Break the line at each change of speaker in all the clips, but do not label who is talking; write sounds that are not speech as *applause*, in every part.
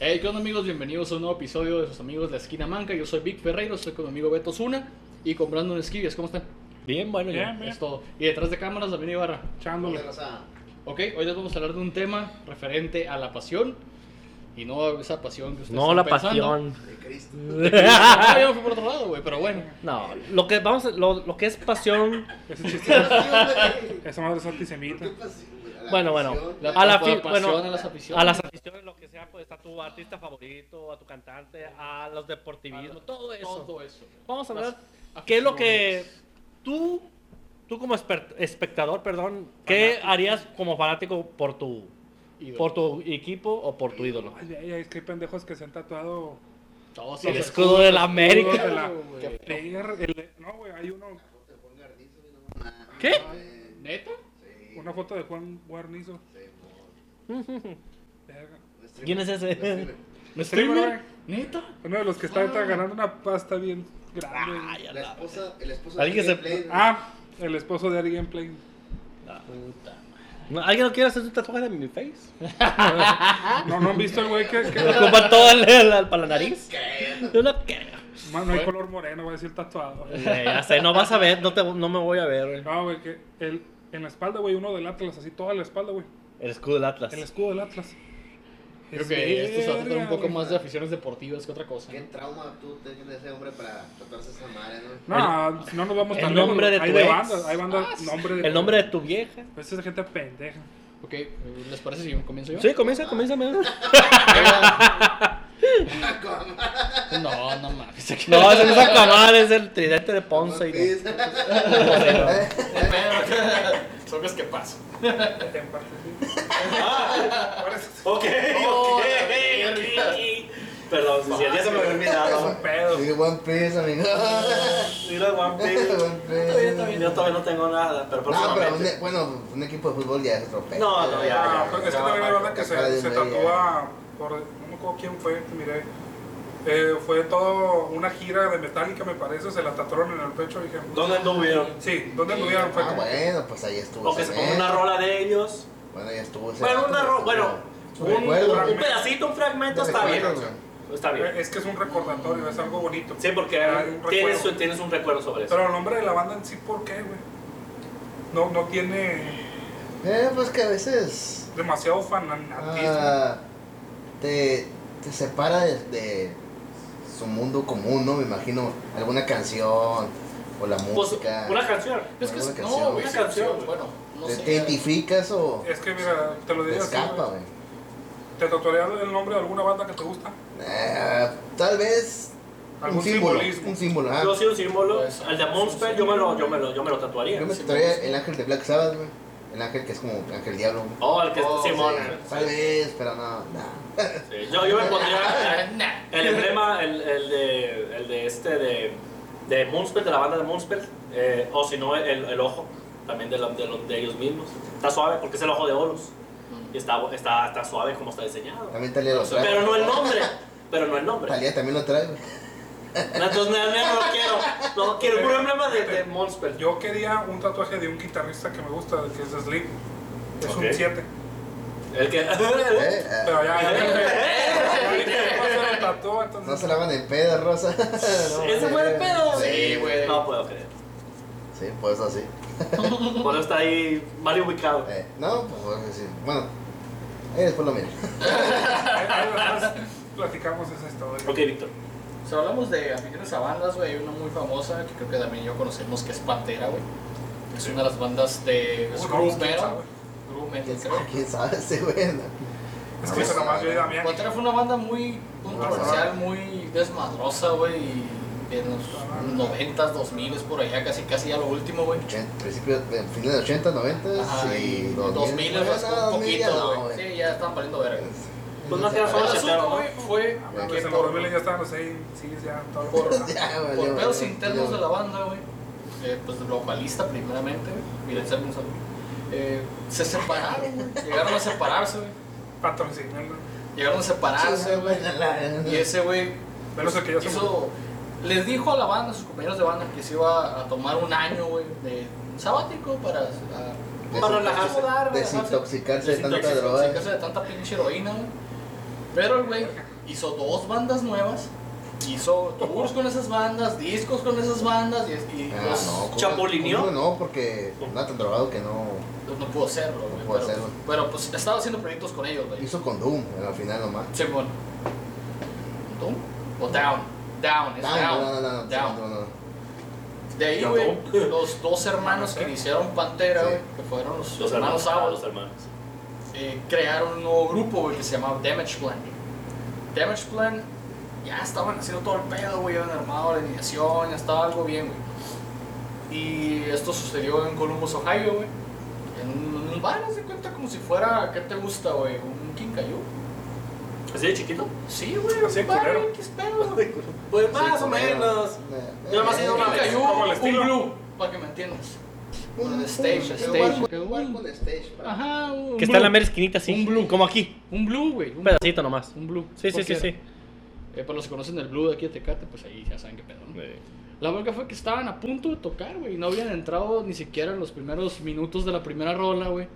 Hey, ¿qué onda amigos? Bienvenidos a un nuevo episodio de sus amigos La Esquina Manca. Yo soy Vic Ferreiro, estoy con mi amigo Beto Zuna y con Brandon Esquivias. ¿Cómo están?
Bien, bueno, ya.
Bien, bien.
Es todo. Y detrás de cámaras, Damián Ibarra.
Echándole.
Ok, hoy les vamos a hablar de un tema referente a la pasión y no esa pasión que ustedes
No
están
la
pensando. *laughs*
pasión.
Ah, yo me fui por otro lado, güey, pero bueno.
No, lo que vamos a- lo, lo que es pasión,
Ese chiste,
*laughs*
esa madre es antisemita.
Bueno, bueno.
La-
A la
la
fi-
pasión
bueno,
a las aficiones.
a las aficiones, lo que sea, pues está tu artista favorito, a tu cantante, a los deportivismos, todo eso.
Todo eso.
Vamos a hablar
Las
qué es lo que tú tú como esper- espectador, perdón, qué harías como fanático por tu
Ídolo.
por tu equipo o por tu ídolo.
Ay, ay, ay, es que hay pendejos que se han tatuado.
Todos
El
los
escudo de la
escudos
América.
de la-
escudos, güey.
Verga, el- No, güey, hay uno,
¿Qué?
¿Neta?
una foto de Juan Guarnizo. Verga.
¿Quién es
Pues,
ese?
¿Me
streamer,
streamer? ¿Neta?
Uno de los que está ahorita
Ah.
ganando una pasta bien grande.
Ay, *laughs* a
La
la
esposa, el esposo
Alguien se-
Ah, el esposo de Ari Gameplay.
*laughs*
puta. madre. ¿Alguien no quiere hacer un tatuaje de mi face? *laughs*
No, no han visto el güey que, que-
Me ocupa todo el, el- el- para la
pues,
nariz. Yo no quiero.
Man, no hay color moreno, voy a decir tatuado.
Eh, ya sé, no vas a ver, no, te, no me voy a ver. güey.
No, güey, que el, en la espalda, güey, uno del Atlas, así toda la espalda, güey.
El escudo del Atlas.
El escudo del Atlas.
Creo
Es
que esto se va a tratar un
verga,
poco
güey.
más de aficiones deportivas que otra cosa.
*laughs* ¿Qué
¿no?
trauma tú tenías de ese hombre para tratarse esa madre, no?
No, si no nos vamos
el
tan
nombre de
lejos. hay
tu
de
ex.
bandas, hay
Ah,
bandas, nombre de
El nombre de tu vieja.
Pues esa gente pendeja.
Ok, eh, ¿les parece si comienzo yo?
Sí, comienza, comienza. mira.
*laughs*
No, no mames. aquí-
No, se empieza a acabar, es el tridente de Ponce.
*laughs*
Y no.
Son cosas que pasan.
Ok, ok, ok. Perdón, sí, sí, ya se me había olvidado.
*laughs* Sí, One
*laughs*
Piece, amigo.
Mira, One
*laughs*
Piece.
One Piece.
Está bien, está bien, Yo todavía no tengo nada, pero
No, pero
próximamente.
un- bueno, un equipo de fútbol ya es otro pedo.
No, no, ya, ya.
Ah, es que también hay banda que
Acá
se,
de
se
media.
tatúa por. No me acuerdo quién fue, te miré. Eh, fue todo una gira de Metallica, me parece. Se la tatuaron en el pecho. Dije,
¿Dónde anduvieron?
Sí, ¿dónde anduvieron? Fue
Ah,
como.
bueno, pues ahí estuvo.
O que
ese
se ponga una
mes.
rola de ellos.
Bueno, ya estuvo. ese
Bueno,
vato,
una
pues,
rola, bueno,
su
un,
recuerdo,
un
güey.
pedacito, un fragmento
De
está bien.
recuerdo, güey.
Está bien.
eh, Es que es un recordatorio, es algo bonito.
Sí, porque
Era un
tienes,
recuerdo.
tienes un recuerdo sobre eso.
Pero el nombre de la banda en sí, ¿por qué, güey? No, no tiene
Eh, pues que a veces.
demasiado fanatismo.
Ah, te, te separa de, de su mundo común, ¿no? Me imagino alguna canción o la
Pues,
música.
una canción.
Es Pues que es-
Alguna
no,
canción,
una
sí.
canción, bueno, no
¿Te,
sé.
te identificas o
Es que mira, te lo
te
Eh, digo así.
escapa,
güey.
güey?
¿Te tatuaría el nombre de alguna banda que te gusta?
Eh, tal vez
Algún
un símbolo,
simbolismo.
un símbolo. ah.
Yo sí un símbolo.
Pues,
el de Monster, yo me lo, yo me lo, yo me lo tatuaría.
Yo me traía el ángel de Black Sabbath, güey. El ángel que es como ángel diablo. güey.
Oh, el que
Oh,
Simón.
sí, Tal vez, pero no, no.
Sí, Yo, yo me
*laughs*
pondría eh,
Ah, nah.
el emblema, el, el de, el de este, de, de Moonspell, de la banda de Moonspell, eh, o si no, el, el ojo también de, la- de, los- de ellos mismos. Está suave porque es el ojo de Horus
Mm.
y está, está, está suave como está diseñado.
También Talía lo trae.
Pero no el nombre, pero no el nombre.
Talía también lo trae, güey.
*laughs* Entonces, no, no, no lo quiero, no lo quiero, puro emblema de, de Moonspell.
Yo quería un tatuaje de un guitarrista que me gusta, que es Sleep. Es
Ok.
un 7.
El que. *laughs*
Eh, ah,
Pero ya, ya dije, ya dije que no se lo tatuó,
No se
entonces.
lavan el pedo, Rosa. *laughs* No,
Ese fue el pedo.
Sí, güey.
No puedo creer.
Sí, pues eso sí.
Por eso está ahí mal ubicado.
Eh, no, pues bueno, sí. Bueno, ahí después lo mira.
Ahí- ahí después platicamos esa historia.
Ok, Víctor.
Si hablamos de aficiones a bandas, güey, hay una muy famosa que creo que también yo conocemos que es Pantera, güey. Es una de las bandas de
Uy,
Screw
¿quién
Metal.
sabe?
Screw Metal,
*laughs* ¿Quién sabe,
creo.
quién sabe *laughs* ese güey? no?
Es que se nomás yo y Damián.
Pantera fue una banda muy controversial, muy desmadrosa, güey, y de los 90s, 2000 por allá, casi casi a lo último, güey.
En principio, en fines eh, de 80, 90
Ajá,
y
y
2000.
2000
Bueno,
es un
2000 Ah, ya
poquito,
no,
güey. Sí, ya están valiendo verga.
Pues más que nada
El
son los
asunto,
seteros,
güey, fue
Ah, mames,
que
en los
por,
2000 ya estaban los seis, sí, ya todo.
por,
Ya,
por
valió,
pedos
valió.
internos de la banda, güey, eh, pues vocalista primeramente, güey, mira, el segundo, eh, se separaron, güey, llegaron a separarse, güey,
Patrocinando.
llegaron a separarse, güey, y ese güey
Pero eso que ya son.
hizo, les dijo a la banda, a sus compañeros de banda, que se iba a tomar un año, güey, de sabático para... a-
Desin-
Para relajarse.
Desintoxicarse de tanta
desintoxicarse
droga.
de tanta pinche heroína, güey. Pero el güey hizo dos bandas nuevas, hizo tours con esas bandas, discos con esas bandas y, y
Ah,
los-
no, ¿cómo-
¿Chapulineó?
cómo No, porque andaba tan drogado que no.
pues no pudo hacerlo, güey.
No pudo
pero,
hacerlo.
pero, pues estaba haciendo proyectos con ellos, güey.
Hizo con Doom, al final nomás.
Simón. ¿Doom? O Down. Down, es Down.
no, no, no, no,
Down.
no, no, no.
De ahí,
Yo
güey, *laughs*
Doom.
los dos hermanos que iniciaron Pantera,
Sí.
güey, que fueron los,
Los
hermanos
hermanos
Sábado,
los hermanos.
eh, crearon un nuevo grupo, güey, que se llamaba Damage Plan. Damage Plan ya estaban haciendo todo el pedo, güey, habían armado la alineación, ya estaba algo bien, güey. Y esto sucedió en Columbus, Ohio, güey. En un bar, haz de cuenta como si fuera, ¿qué te gusta, güey? ¿Un quincayú?
¿Así de chiquito?
Sí, güey,
Así de
un bar,
culero.
güey, ¿qué es pedo? Pues más
Sí,
o
con él.
menos.
Eh,
Yo nomás he ido
eh,
una vez.
Quincayú,
Como el
un
estilo.
blue, para que me entiendas.
un-
Con
un-
stage,
un-
stage.
un bar- un bar con stage. para-
Ajá, un
Que está en la
blue.
mera esquinita, sí.
Un blue.
Como aquí.
Un blue, güey. Un
Un pedacito nomás.
Un blue.
Sí, sí, sí, sí.
Eh, para los que conocen el Blue de aquí de Tecate, pues ahí ya saben qué pedo, ¿no? La bronca fue que estaban a punto de tocar, güey. y No habían entrado ni siquiera en los primeros minutos de la primera rola, güey.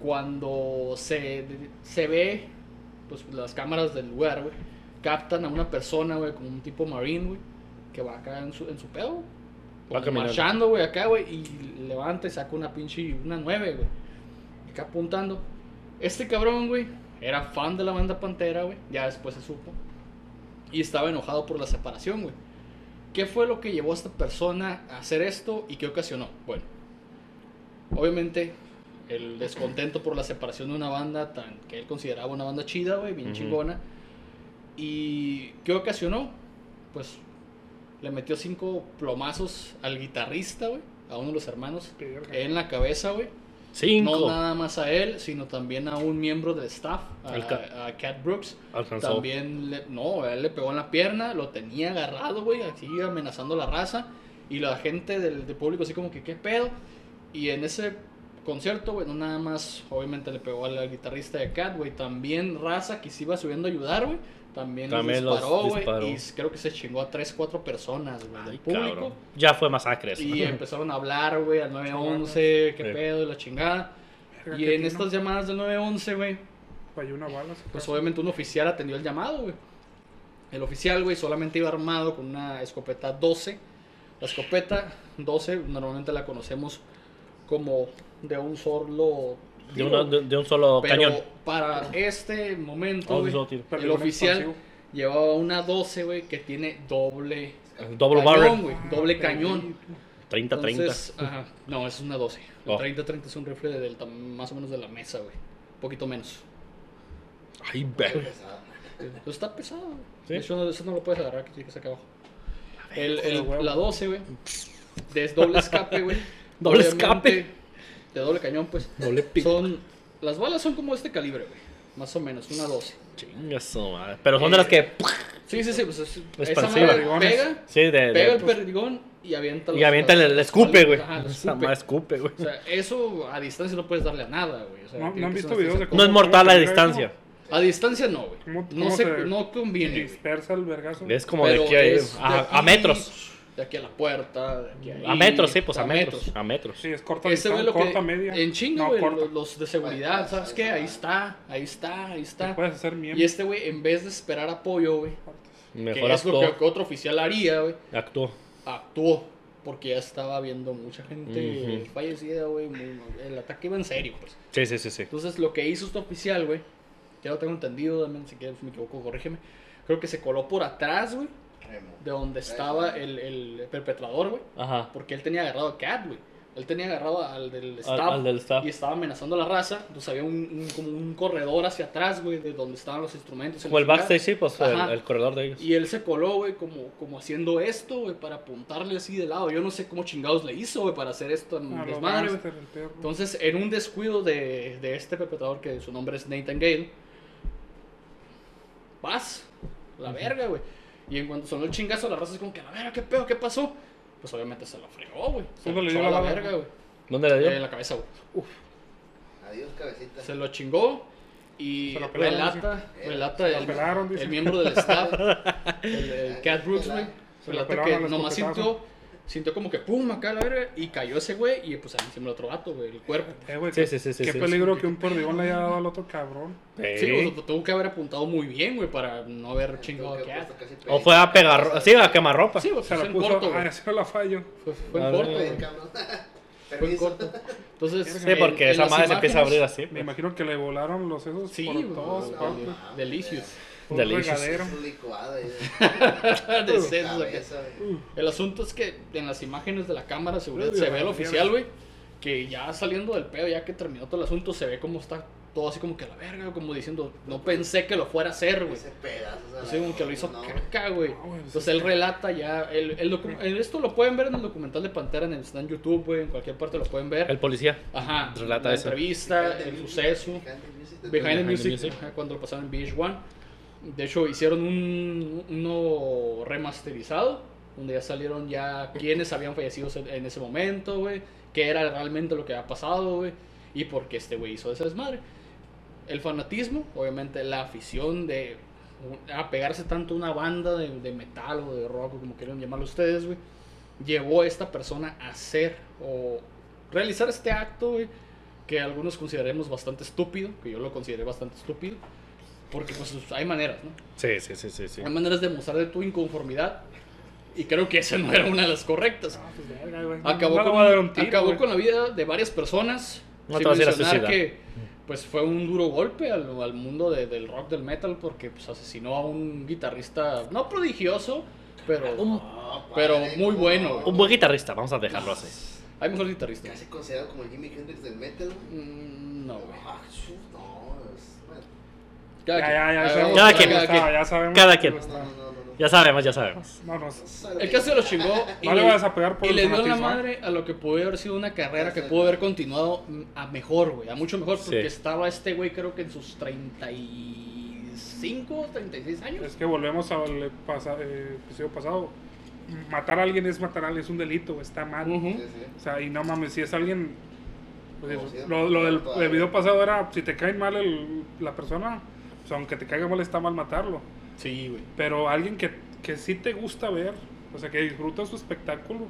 Cuando se, se ve, pues las cámaras del lugar, güey. Captan a una persona, güey, como un tipo marine, güey. Que va acá en su, en su pedo. güey, como
Va caminando.
marchando, güey, acá, güey. Y levanta y saca una pinche, una nueve, güey. Acá apuntando. Este cabrón, güey, era fan de la banda Pantera, güey. Ya después se supo. Y estaba enojado por la separación, güey. ¿Qué fue lo que llevó a esta persona a hacer esto y qué ocasionó? Bueno, obviamente el descontento por la separación de una banda tan que él consideraba una banda chida, güey, bien
Ujú.
chingona. ¿Y qué ocasionó? Pues le metió cinco plomazos al guitarrista, güey, a uno de los hermanos, en la cabeza, güey. No
Cinco.
nada más a él, sino también a un miembro del staff, a,
Al ca-
a Cat Brooks.
Alcanzó.
También, le- no, él le pegó en la pierna, lo tenía agarrado, güey, así amenazando a la raza. Y la gente del, del público así como que, ¿qué pedo? Y en ese concierto, güey, no nada más, obviamente le pegó al, al guitarrista de Cat, güey. También raza que se iba subiendo a ayudar, güey. También, los
También los
disparó,
disparó.
güey. Y creo que se chingó a 3, 4 personas, güey, del público.
Cabrón. Ya fue masacre eso.
Y empezaron a hablar, güey, al 911, qué
Sí.
pedo, la chingada.
Verga,
Y
qué
en
fino.
estas llamadas del 911, güey,
Falló una bala. se
pues
fue.
obviamente un oficial atendió el llamado, güey. El oficial, güey, solamente iba armado con una escopeta 12. La escopeta 12 normalmente la conocemos como de un solo
De,
tiro,
una- de- de un solo
pero
cañón.
para este momento,
Oh,
güey,
solo tiro.
el
Perdió un
oficial
expansivo.
llevaba una 12, güey, que tiene doble
Double
cañón,
barrel.
güey, doble
Ah,
cañón.
30-30.
Entonces, ajá, no, es una 12. El
Oh.
30-30 es un rifle de delta, más o menos de la mesa, güey. Un poquito menos.
Ay, verga.
Pero está pesado, güey.
Sí.
De hecho, no- eso no lo puedes agarrar, que tiene que sacar abajo. El, el-
Qué huevo.
la 12, güey. Es doble escape, güey.
*laughs* Doble
Obviamente,
escape.
De doble cañón, pues.
Doble pico.
Son, las balas son como este calibre, güey. Más o menos, una 12.
Chinga su madre. Pero son de las que.
Sí, sí, sí. Pues es, esa
expansiva.
madre pega,
Sí, de.
pega
de-
el perdigón y avienta
y
las-
avienta
las-
el, el
las
escupe,
balas.
güey.
Ajá, el
Esa madre escupe, güey.
O sea, eso a distancia no puedes darle a nada, güey. O sea,
¿No-
tiene
no han
que ser
visto
una
videos de
distancia-
No es mortal a distancia.
A distancia no, güey.
¿Cómo-
No,
cómo
se,
se-
no conviene, güey.
Dispersa el vergazo.
Es como
Pero
de aquí a,
es de
a- a
aquí,
metros.
De aquí a la puerta, de aquí a
A
ahí,
metros, sí, pues a metros. A metros.
Sí, es corta
Ese güey
distancia,
lo
corta
que.
media.
En chinga,
No,
güey.
corta.
los- Los de seguridad,
Bueno,
¿sabes
sí,
qué?
sí.
Ahí está, ahí está, ahí
Te
está.
puedes hacer miembro.
Y este güey, en vez de esperar apoyo, güey, que
Mejor
es lo que-
actuó.
que otro oficial haría, güey,
Actuó.
actuó. Porque ya estaba viendo mucha gente
Ujú.
fallecida, güey. muy- El ataque iba en serio, pues.
Sí, sí, sí, sí.
Entonces, lo que hizo este oficial, güey, ya lo tengo entendido, también si quieres me equivoco, corrígeme. Creo que se coló por atrás, güey,
Remo.
de donde estaba el, el perpetrador, güey.
Ajá.
Porque él tenía agarrado a Cat, güey. Él tenía agarrado al del staff,
al del staff.
y estaba amenazando a la raza. Entonces había un, un- como un corredor hacia atrás, güey, de donde estaban los instrumentos. y
Como el
la
backstage, sí, pues el,
Ajá.
el corredor de ellos.
Y él se coló, güey, como, como haciendo esto, güey, para apuntarle así de lado. Yo no sé cómo chingados le hizo, güey, para hacer esto en
Ah, lo
desmadre, güey.
gánster, el perro.
Entonces, en un descuido de, de este perpetrador, que su nombre es Nathan Gale, vas, la verga, güey. Y en cuanto sonó el chingazo, la raza es como que, a la verga, qué pedo, qué pasó. Pues obviamente se lo fregó, güey. Se lo
¿Dónde le
echó
dio
a
la
la
bala?
verga, güey.
¿Dónde le
En
dio?
la cabeza, güey.
Adiós, cabecita.
Se lo chingó y
Se lo pelaron,
relata,
dice.
relata
Se lo
el,
pelaron, dice. *laughs*
el miembro del staff, el, el Cat Brooks, güey.
Se lo
Relata
pelaron
que
al
nomás
escopetazo.
sintió, sintió como que pum, acá la verga, y cayó ese güey, y pues ahí encima el otro vato, güey, el cuerpo.
Eh, güey,
Sí,
qué-
sí, sí, sí,
Qué
sí,
peligro
sí.
que un perdigón le haya dado al otro cabrón.
Sí,
Sí.
o sea, tuvo que haber apuntado muy bien, güey, para no haber chingado
Creo
que
que
hace.
puesto casi
O fue a pegar, sí, a quemarropa.
Sí, o sea,
Se
fue
la
en
puso.
Pues corto, güey.
Ah, ese no la fallo.
Fue, fue en
Ah,
corto,
Ven,
güey.
cabrón. *laughs*
Fue en
Permiso.
corto. Entonces,
Sí, porque esa madre se empieza a abrir así.
Me imagino que le volaron los sesos
Sí,
por todas
güey,
partes.
del- delicious.
Fue un
Delicious.
regadero.
Es un licuado ahí
*laughs*
de
De sesos, acá.
cabeza, güey.
El asunto es que en las imágenes de la cámara de seguridad
Uy,
se
la
ve el
mierda.
oficial, güey. Que ya saliendo del pedo, ya que terminó todo el asunto, se ve como está todo así como que a la verga, como diciendo, no pensé que lo fuera a hacer, güey.
Ese pedazo. o sea,
Así como Pues que lo hizo
no, güey.
caca, güey.
No, güey, pues
Entonces
es
él
que-
relata ya. El, el docu- el- esto lo pueden ver en el documental de Pantera, en el está en YouTube, güey. En cualquier parte lo pueden ver.
El policía.
Ajá.
relata
la
eso.
entrevista, el suceso.
Behind the music.
Behind the
Behind the
Music,
Music.
ajá, cuando lo pasaron en VH1. De hecho, hicieron un, uno remasterizado, donde ya salieron ya quienes habían fallecido en- en ese momento, güey. Qué era realmente lo que había pasado, güey. Y por qué este güey hizo ese desmadre. El fanatismo, obviamente la afición de un- apegarse tanto a una banda de, de metal o de rock, o como quieran llamarlo ustedes, güey. Llevó a esta persona a hacer o realizar este acto, güey que algunos consideremos bastante estúpido, que yo lo consideré bastante estúpido, porque pues hay maneras, ¿no?
Sí, sí, sí, sí. sí.
Hay maneras de mostrarle tu inconformidad y creo que esa no era una de las correctas.
Ah, pues, verga, güey.
Acabó,
No le
con,
voy a dar un tiro,
acabó
güey.
con la vida de varias personas.
No
sin
te vas a ir a
mencionar
suicidar.
que pues fue un duro golpe al, al mundo de- del rock del metal porque pues asesinó a un guitarrista no prodigioso, pero
Un,
No,
Pero
padre,
muy
no.
bueno, güey.
un buen guitarrista, vamos a dejarlo así.
hay mejores guitarristas.
Casi considerado como el Jimi Hendrix del metal, güey.
Mm, No, güey.
Ah, chu, no, es- bueno,
Cada
Ya, ya, ya.
quien.
sabemos
Cada
que
quien.
le
Cada
gustaba,
quien.
Ya sabemos.
Cada
que
quien.
le
no,
gustaba.
no, no, no, no.
Ya sabemos, ya sabemos.
No, no sé.
El caso se lo chingó y
No le
le-
vayas a pegar por
Y
el
le dio la
fanatismo, ¿eh?
madre a lo que pudo haber sido una carrera que pudo haber continuado a mejor, güey, a mucho mejor, porque
Sí.
estaba este güey creo que en sus 35, 36 años.
Es que volvemos al pasa- eh, episodio pasado. Matar a alguien es matar a alguien, es un delito, está mal.
Ujú.
Sí, sí.
O sea, y no mames, si es alguien. pues,
Conocido.
lo lo del,
Todavía.
del video pasado era: si te cae mal el- la persona, o sea, aunque te caiga mal, está mal matarlo.
Sí, güey.
Pero alguien que, que sí te gusta ver, o sea, que disfruta su espectáculo,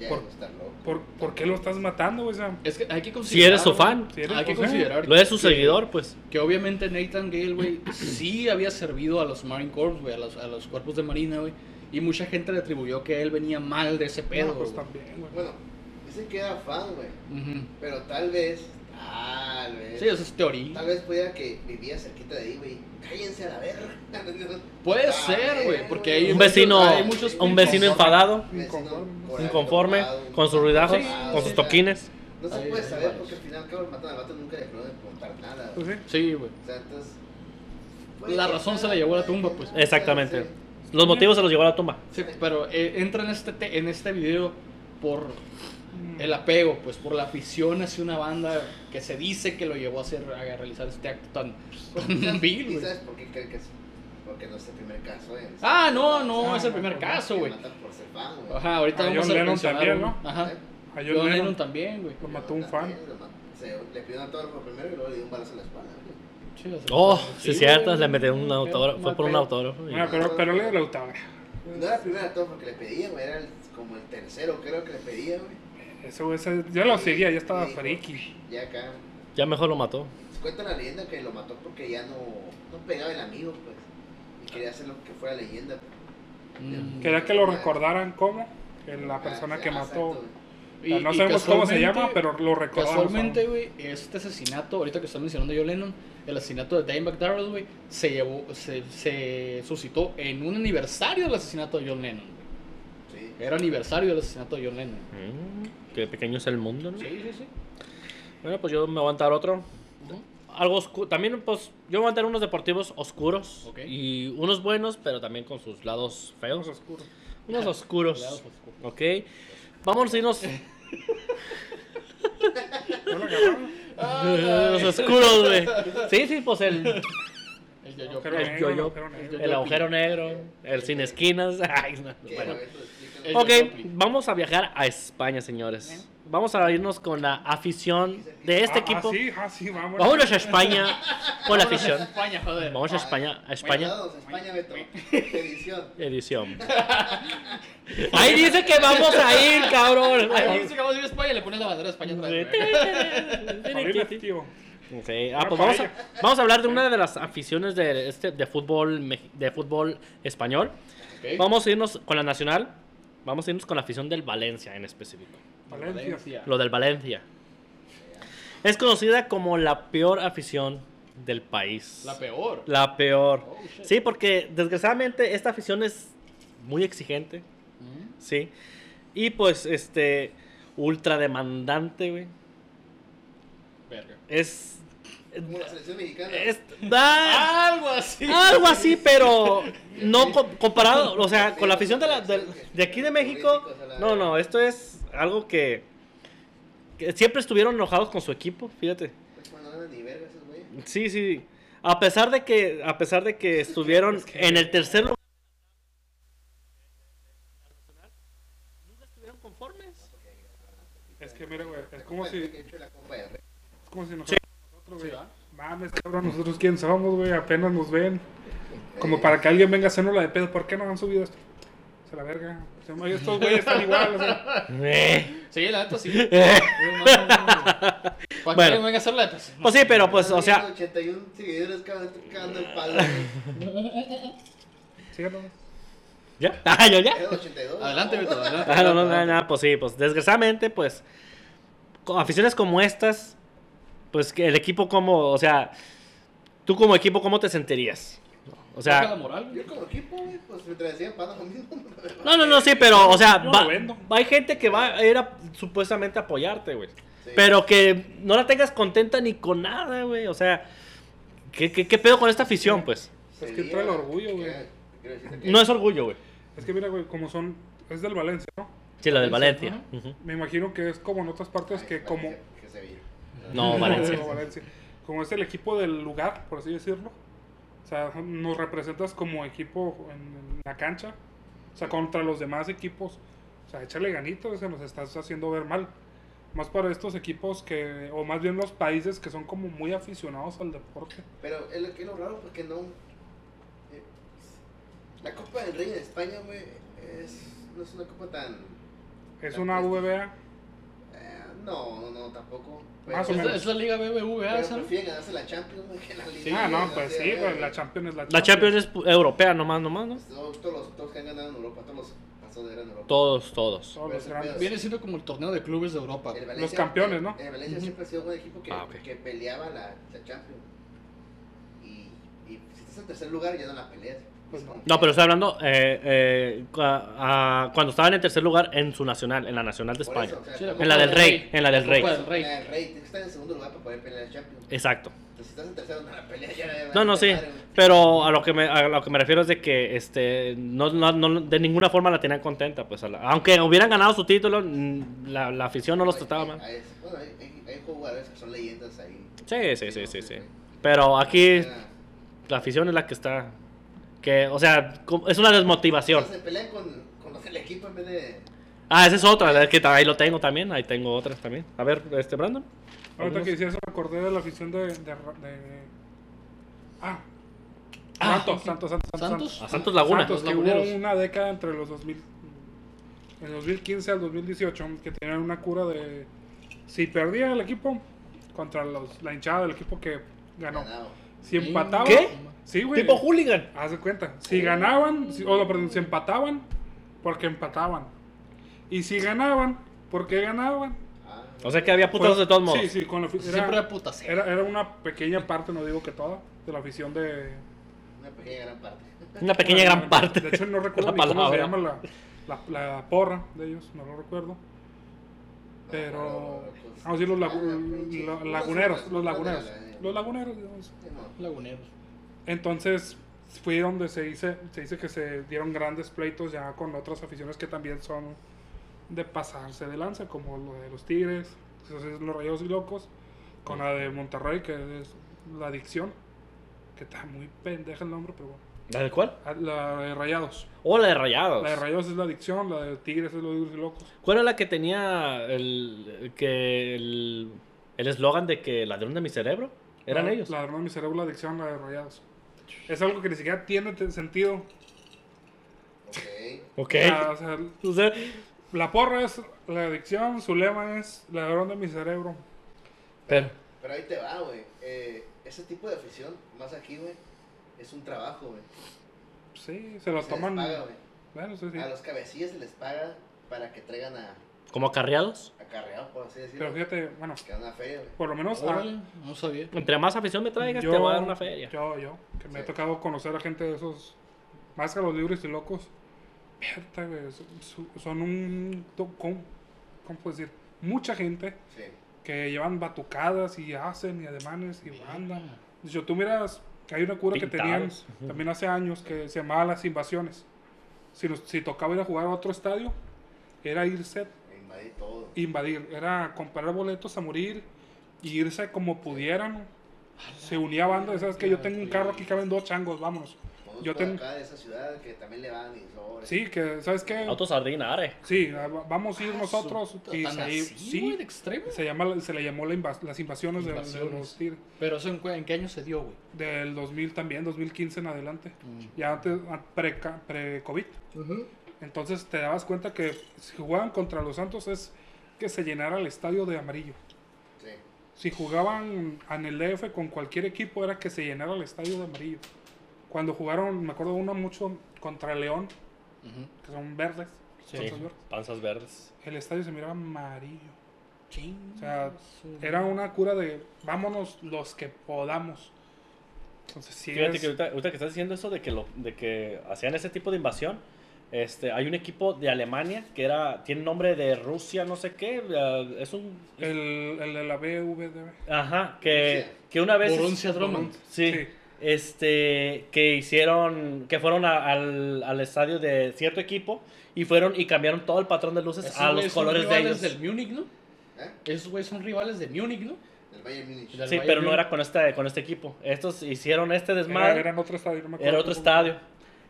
Ya,
Por-
no está loco.
¿por, por qué lo estás matando? O sea,
Es que hay que
Si
considerar.
eres su
güey,
fan,
si eres-
Hay que
o sea,
considerar.
lo eres su
que-
seguidor, pues.
Que obviamente Nathan Gale, güey,
*clears throat*
sí había servido a los Marine Corps, güey, a los, a los cuerpos de Marina, güey. Y mucha gente le atribuyó que él venía mal de ese pedo.
no, pues
güey.
también, güey.
Bueno, dicen que era fan, güey.
Ujú.
Pero tal vez, tal vez.
Sí, eso es teoría.
Tal vez pudiera que vivía cerquita de ahí, güey. Cállense a la
*laughs*
verga.
Puede
Ah,
ser, güey,
güey.
porque hay
Un vecino,
hay muchos
un vecino enfadado,
Inconforme.
por ahí
inconforme,
ocupado,
con sus ruidajos,
Sí,
con
sí.
sus toquines.
No se
Ahí,
puede
ahí
saber
varios.
porque al final, cabrón, matan al vato nunca le dejaron de preguntar nada. güey.
Pues sí.
Sí, güey.
O sea, entonces.
La razón se la llevó a la tumba, pues.
Exactamente.
Sí.
Los motivos se los llevó a la tumba.
Sí, pero eh, entra en este, te- en este video por el apego, pues por la afición hacia una banda que se dice que lo llevó a hacer a realizar este acto tan, *laughs* tan vil,
¿Y
güey.
sabes por qué creen que es? Porque no es el primer caso. en-
Ah, no, no,
Ah,
es el
no,
primer
porque
caso,
que
güey. Ah,
matan por ser fan, güey.
Ajá, ahorita
A
vamos
John
a
Lennon
mencionar
también,
uno.
¿no?
Ajá.
A John
John, Lennon.
Lennon
también, güey.
lo mató un fan.
También, lo mató. Se- le pidió un autógrafo primero y luego le dio un balazo en la espalda. güey.
Sí, o sea,
Oh,
sí,
sí, es cierto,
güey,
le metió un
qué
autógrafo,
mal
fue por un
pedo.
autógrafo. y-
Mira, pero, pero le dio la octava.
No era el primer autógrafo que le pedía, güey. Era el- como el tercero, creo que le pedía, güey.
Eso, ese, yo lo seguía, ya estaba
Sí.
friki.
Ya acá.
Ya mejor lo mató.
Cuenta la leyenda que lo mató porque ya no, no pegaba el amigo, pues. Y quería hacer lo que fuera leyenda.
Mm.
Quería que lo recordaran como en
Ah,
la persona que mató.
Y-
no
y
sabemos cómo se
casualmente-
llama, pero lo recordamos.
Casualmente, güey, este asesinato, ahorita que está mencionando yo Lennon, el asesinato de Dame McDarrell, güey, se llevó, se, se suscitó en un aniversario del asesinato de John Lennon. güey.
Sí.
Era aniversario del asesinato de John Lennon.
Mm, qué pequeño es el mundo, ¿no?
Sí, sí, sí.
Bueno, pues yo me voy a aventar otro. Algo oscuro. También, pues, yo me voy a aventar unos deportivos oscuros.
Ok.
Y unos buenos, pero también con sus lados feos.
Los oscuros.
Unos oscuros.
Lados oscuros.
Ok. Vamos a irnos. eh,
¿No la
*laughs*
agarraron?
los oscuros, güey. Sí, sí, pues el,
El yo-yo.
Agujero
el
negro,
yo-yo.
agujero negro.
el agujero negro, el sin esquinas. *laughs* Ay, no,
¿Qué? A
bueno.
ver, tú explícalo.
El-
Ok,
yo-yo.
vamos a viajar a España, señores. vamos a irnos con la afición de este
Ah,
equipo.
Ah, sí, ah, sí, vámonos.
Vámonos a España
*laughs*
con la afición.
España, joder.
Vamos a España, a España
Cuidados, España, Beto. *laughs* Edición.
*laughs*
edición. Ahí dice que vamos a ir, cabrón.
Ahí dice que vamos a ir a España y le pones la bandera de España otra vez, güey.
Familia, tío.
*laughs* Ok, ah, pues vamos a, vamos a hablar de una de las aficiones de, este, de, fútbol, mej- de fútbol español.
Ok.
*laughs* Vamos a irnos con la nacional. Vamos a irnos con la afición del Valencia en específico.
Valencia.
Lo del Valencia. Es conocida como la peor afición del país.
La peor.
La peor.
Oh, shit.
Sí, porque desgraciadamente esta afición es muy exigente.
Mm,
Sí. Y pues, este, ultra demandante, güey.
Verga.
Es...
Como la selección mexicana.
es da-
Algo así.
algo así, pero no co- comparado, o sea, con la afición de, la- del- de aquí de México. No, no, esto es algo que, que siempre estuvieron enojados con su equipo, fíjate.
Pues, cuando no eran ni verga esos güeyes.
Sí, sí. A pesar de que, a pesar de que estuvieron en el tercer lugar, nunca estuvieron conformes.
Es que mira, güey, es como si,
Que he hecho la Copa del Rey.
es como si nos nosotros,
Sí,
güey.
¿va?
Mames, cabrón, nosotros quién somos, güey, apenas nos ven. Como para que alguien venga a hacernos la de pedo, ¿por qué no han subido esto? Se la verga. O sea, oye, Estos güeyes están igual, o sea, *laughs*
Eh,
Sí, la neta sí.
*laughs* eh.
¿Para
Bueno.
qué me venga a hacer la de pues,
Pues sí, pero pues, o sea,
81 seguidores cada vez cagando el palo. güey.
síganos.
ya, *laughs* ah, yo ya.
Era 82.
Adelante, Beto, adelante.
Ah, no, no, nada, nada, pues sí, pues desgraciadamente, pues, con aficiones como estas, pues que el equipo como, o sea, tú como equipo, ¿cómo te sentirías? O
Baja la
sea,
moral, güey.
Yo como equipo, güey, pues me decían palo conmigo. *laughs*
no, no, no, sí, pero, o sea,
Yo
va-
lo vendo.
hay gente que va a ir a supuestamente a apoyarte, güey.
Sí.
Pero que no la tengas contenta ni con nada, güey. O sea, ¿qué, qué, qué pedo con esta afición, pues?
Es que
Sería,
entra el orgullo, güey.
que- quiero decirte que-
No es orgullo, güey.
Es que mira, güey, como son. Es del Valencia, ¿no?
Sí, la del Valencia. Ujú.
Me imagino que es como en otras partes
Ay,
que como.
Valencia, que se vio.
No, Valencia.
Como Valencia. Como es el equipo del lugar, por así decirlo. O sea, nos representas como equipo en, en la cancha. O sea, contra los demás equipos. O sea, échale ganito, se nos estás haciendo ver mal. Más para estos equipos que, o más bien los países que son como muy aficionados al deporte.
Pero es lo que es lo raro, porque no. eh, La Copa del Rey de España, güey, es, no es una copa tan.
Es
La
una
peste.
VBA.
eh, no, no, no, tampoco.
Más o
Es
menos.
la, es la liga BBVA,
Pero
esa, ¿no?
prefieren ganarse la Champions güey, que la Liga.
ah, no,
o
pues
sea,
sí,
eh,
pues, la Champions es la Champions.
La Champions es pu- europea nomás, nomás, ¿no?
Todos, todos los todos que han ganado en Europa, todos los pasados eran en Europa.
Todos, todos.
Todos los grandes.
Viene siendo como el torneo de clubes de Europa.
El
güey.
Valencia-
campeones, ¿no?
El Valencia
Ujú.
siempre ha sido un equipo que,
Ah, ok.
que peleaba la, la Champions. Y, y si estás en tercer lugar, ya no la peleas.
Pues no.
No, pero estoy hablando eh, eh, cu- a- a- cuando estaban en tercer lugar en su nacional, en la nacional de
Por
España.
eso, o sea,
Sí, la
como-
En la del Rey, en la del Rey.
Copa del Rey.
La del Rey, tienes que estar en segundo lugar para poder pelear la Champions.
Exacto.
Entonces, si estás en tercero, no la peleas ya.
No, no,
vale,
sí.
madre, güey.
Pero a lo que me, a lo que me refiero es de que este, no, no- no- de ninguna forma la tenían contenta. pues a la- Aunque hubieran ganado su título, mm, la, la afición no los trataba mal.
Hay- Bueno, hay, hay- hay jugadores que son leyendas ahí.
Sí, sí, sí, sí, sí. Pero aquí la afición es la que está... Que, o sea, com- es una desmotivación.
Entonces, se pelean con, con los del equipo en vez de.
Ah, esa es otra. es que ta- ahí lo tengo también. Ahí tengo otras también. A ver, este, Brandon.
Ahorita que decía eso, me acordé de la afición de. de, Ra- de- Ah.
Ah,
Santos, Santos, Santos, Santos,
Santos.
A Santos Laguna.
Santos,
Los
que Pues hubo
laguneros.
una década entre los 2000. En 2015 al 2018, que tenían una cura de. Si perdía el equipo contra los, la hinchada del equipo que ganó.
Ganado.
Si empataban.
¿Qué?
Sí, güey.
Tipo hooligan.
Haz de cuenta. Si
Oh.
ganaban, si- o no, perdón, si empataban, porque empataban. Y si ganaban, porque ganaban.
Ah,
O sea que había putados de
Pues,
todos modos.
Sí, sí, con la, afi-
Siempre
era,
era puta cero.
era, era una pequeña parte, no digo que toda, de la afición de...
una pequeña gran parte.
Una pequeña gran parte.
De hecho, no recuerdo
La
ni cómo se
palabra.
llama la, la, la porra de ellos, no lo recuerdo. Pero... Vamos a decir, los lagu- la- laguneros, los laguneros. Los laguneros, digamos.
Sí, no.
Laguneros.
Entonces, fue donde se dice, se dice que se dieron grandes pleitos ya con otras aficiones que también son de pasarse de lanza, como lo de los Tigres, entonces, los Rayos y Locos, con la de Monterrey, que es la adicción, que está muy pendeja el nombre, pero bueno.
¿La de cuál?
Ah, La de Rayados.
Oh, la de Rayados.
La de Rayados es la adicción, la de Tigres es los duros y locos.
¿Cuál era la que tenía el que el el eslogan de que ladrón de mi cerebro? ¿Eran
La-
ellos?
La de mi cerebro, la adicción, la de Rayados. Es algo que ni siquiera tiene te- sentido.
Ok.
Ok.
Ah, o sea,
O sea,
la porra es la adicción, su lema es la de mi cerebro.
pero,
Pero ahí te va, güey. Eh, ese tipo de afición, más aquí, güey, es un trabajo, güey.
Sí, se lo
Se
toman.
les paga, güey.
Bueno, sí, sí.
A los cabecillas se les paga para que traigan a
¿como acarreados?
acarreado, por así decirlo.
Pero fíjate, bueno,
Que van a la feria, güey.
por lo menos. ah,
Órale, no sabía.
Entre más afición me traigas, te voy a dar una feria.
Yo, yo, que me ha
Sí.
tocado conocer a gente de esos, más que a los libres y locos. Verta, güey, so- so- son un, to- ¿cómo, cómo puedo decir? Mucha gente
Sí.
que llevan batucadas y hacen y ademanes y bandas. Yo, tú miras que hay una cura que tenían
Pintados.
también hace años que se llamaba Las Invasiones. Si, nos- si tocaba ir a jugar a otro estadio, era irse,
Invadí todo.
invadir, era comprar boletos a morir y irse como pudieran. Se unía a bandas, sabes que yo tengo un carro aquí caben dos changos, vámonos.
Conozco
Yo ten-
acá de esa ciudad que también le van y sobres.
Sí, que sabes que
Auto sardina, are.
sí, ah, va- vamos a ir nosotros
Su-
y
tan
se,
así, güey,
sí,
de extremo.
se llama la- se le llamó la invas- las invasiones, de- De,
Invasiones.
los tigres.
Pero eso en, cu- en qué año se dio, güey. Mm.
del 2000 también, 2015 en adelante. Ya antes ah, pre ca- pre-COVID. Entonces te dabas cuenta que si jugaban contra los Santos es que se llenara el estadio de amarillo.
Sí.
Si jugaban en el DF con cualquier equipo era que se llenara el estadio de amarillo. Cuando jugaron, me acuerdo uno mucho contra León,
Ujú.
que son verdes,
Sí.
panzas verdes,
Panzas verdes.
el estadio se miraba amarillo. O sea, era una cura de vámonos los que podamos. Entonces sí
Fíjate
es-
que ahorita, ahorita que estás diciendo eso de que, lo, de que hacían ese tipo de invasión, este, hay un equipo de Alemania que era tiene nombre de Rusia, no sé qué, ah, es un...
el, el de la BVD.
Ajá, que,
Rusia.
que una vez...
Borussia Dortmund.
Sí,
Sí.
Este, que hicieron, que fueron a- al, al estadio de cierto equipo y fueron y cambiaron todo el patrón de luces
Esos
a
güeyes
los
son
colores de ellos.
rivales del Múnich, ¿no?
¿Eh?
Esos güeyes son rivales de Múnich,
*laughs*
¿no?
Del Bayern Múnich.
Del
Sí,
Bayern
pero no
Múnich.
era con este, con este equipo. Estos hicieron este
Era,
desmadre.
era en otro estadio, no me acuerdo.
Era otro
cómo.
estadio.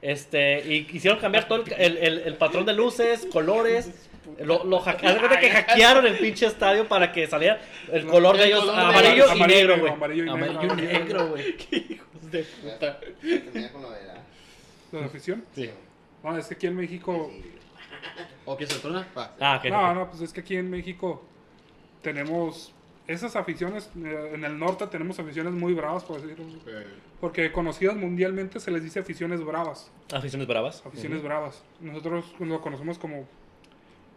Este, y quisieron cambiar todo el, el- el- el patrón de luces, colores. Lo, lo hacke- haz de cuenta que hackearon el pinche estadio para que saliera el color de
El
ellos
color de
amarillo,
ellos.
y negro, güey.
Amarillo y negro.
Amarillo
Amarillo y negro, güey. *laughs* Qué hijos de puta.
Terminar con lo de la.
¿Lo de afición?
Sí.
No, es que aquí en México.
Sí.
¿O que se trona? Va.
Ah, ok,
No,
ok.
no, pues es que aquí en México tenemos esas aficiones. eh, En el norte tenemos aficiones muy bravas, por decirlo. Porque conocidas mundialmente se les dice aficiones bravas.
Aficiones bravas.
Aficiones bravas. Nosotros lo conocemos como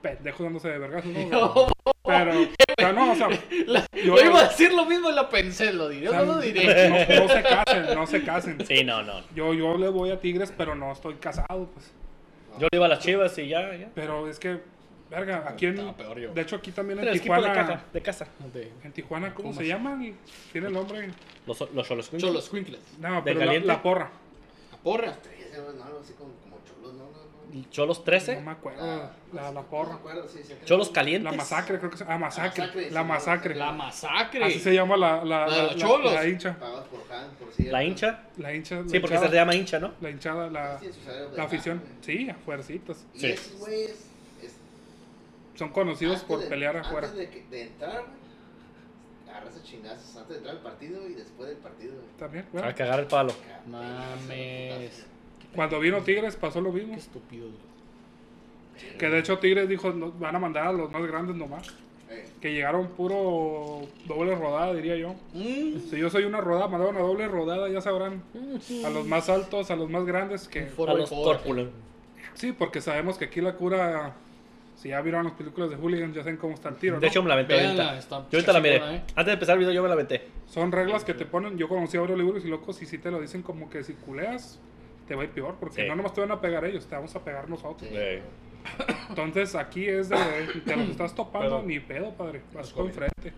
pendejos dándose de vergas,
No.
¿no? Pero, pero no, o sea, yo-
Yo iba a decir lo mismo y lo pensé, lo diré,
o sea,
no lo diré.
no- no se casen, no se casen.
Sí, no, no.
Yo, yo le voy a Tigres, pero no estoy casado, pues.
Yo le iba a las chivas y ya, ya.
Pero es que, verga, aquí en.
Estaba peor yo.
De hecho, aquí también en
Pero el equipo de
Tijuana.
casa, de casa.
De
En Tijuana, ¿cómo
Pumas.
se llaman? Tiene el nombre.
Los, los Cholos.
Cholos Quincles.
No,
¿De
pero la,
Caliente?
la porra.
A porra.
Ese, güey, no, algo así como, como cholos, ¿no? no, no.
Cholos
No
13.
me acuerdo. La, la porra.
No me acuerdo, sí, sí.
Cholos
La
calientes.
masacre, creo que se Ah, masacre.
masacre,
La
sí,
masacre.
La masacre.
Así se llama la, la,
La de los cholos.
La hincha.
Pagados por Han, por cierto.
La hincha.
La hincha. la
Sí, porque
hinchada,
se le llama hincha, ¿no?
La hinchada, la,
Sí, sus salarios de
la
acá,
afición.
güey.
Sí, a fuercitas.
Y
Sí.
esos güeyes. es-
Son conocidos
antes
por
de-
pelear afuera.
Antes de, que- de entrar, güey. Agarras a chingazos antes de entrar al partido y después del partido, güey.
También, bueno,
A cagar el palo.
Acá,
Mames.
Cuando vino Tigres pasó lo
Qué
mismo.
estúpido, güey.
Que de hecho Tigres dijo, "No, van a mandar a los más grandes nomás.
Eh,
Que llegaron puro doble rodada, diría yo.
Mm,
Si yo soy una rodada, mandaron a doble rodada, ya sabrán. A los más altos, a los más grandes que...
un
A
foro de
los
porra.
corpulentos.
Sí, porque sabemos que aquí la cura... Si ya vieron las películas de Hooligan, ya saben cómo está el tiro,
De
¿no?
hecho, me la aventé
Véanla, está
ahorita. Yo ahorita la miré.
chingona, ¿eh?
Antes de empezar el video, yo me la aventé.
Son reglas que te ponen... Yo conocí a varios libros y locos y si te lo dicen como que si culeas, te va a ir peor. Porque
Sí.
no nomás te van a pegar ellos, te vamos a pegar nosotros.
Eh,
Entonces, aquí es de... Te los estás topando,
Perdón.
ni pedo, padre. Vas
COVID.
con frente.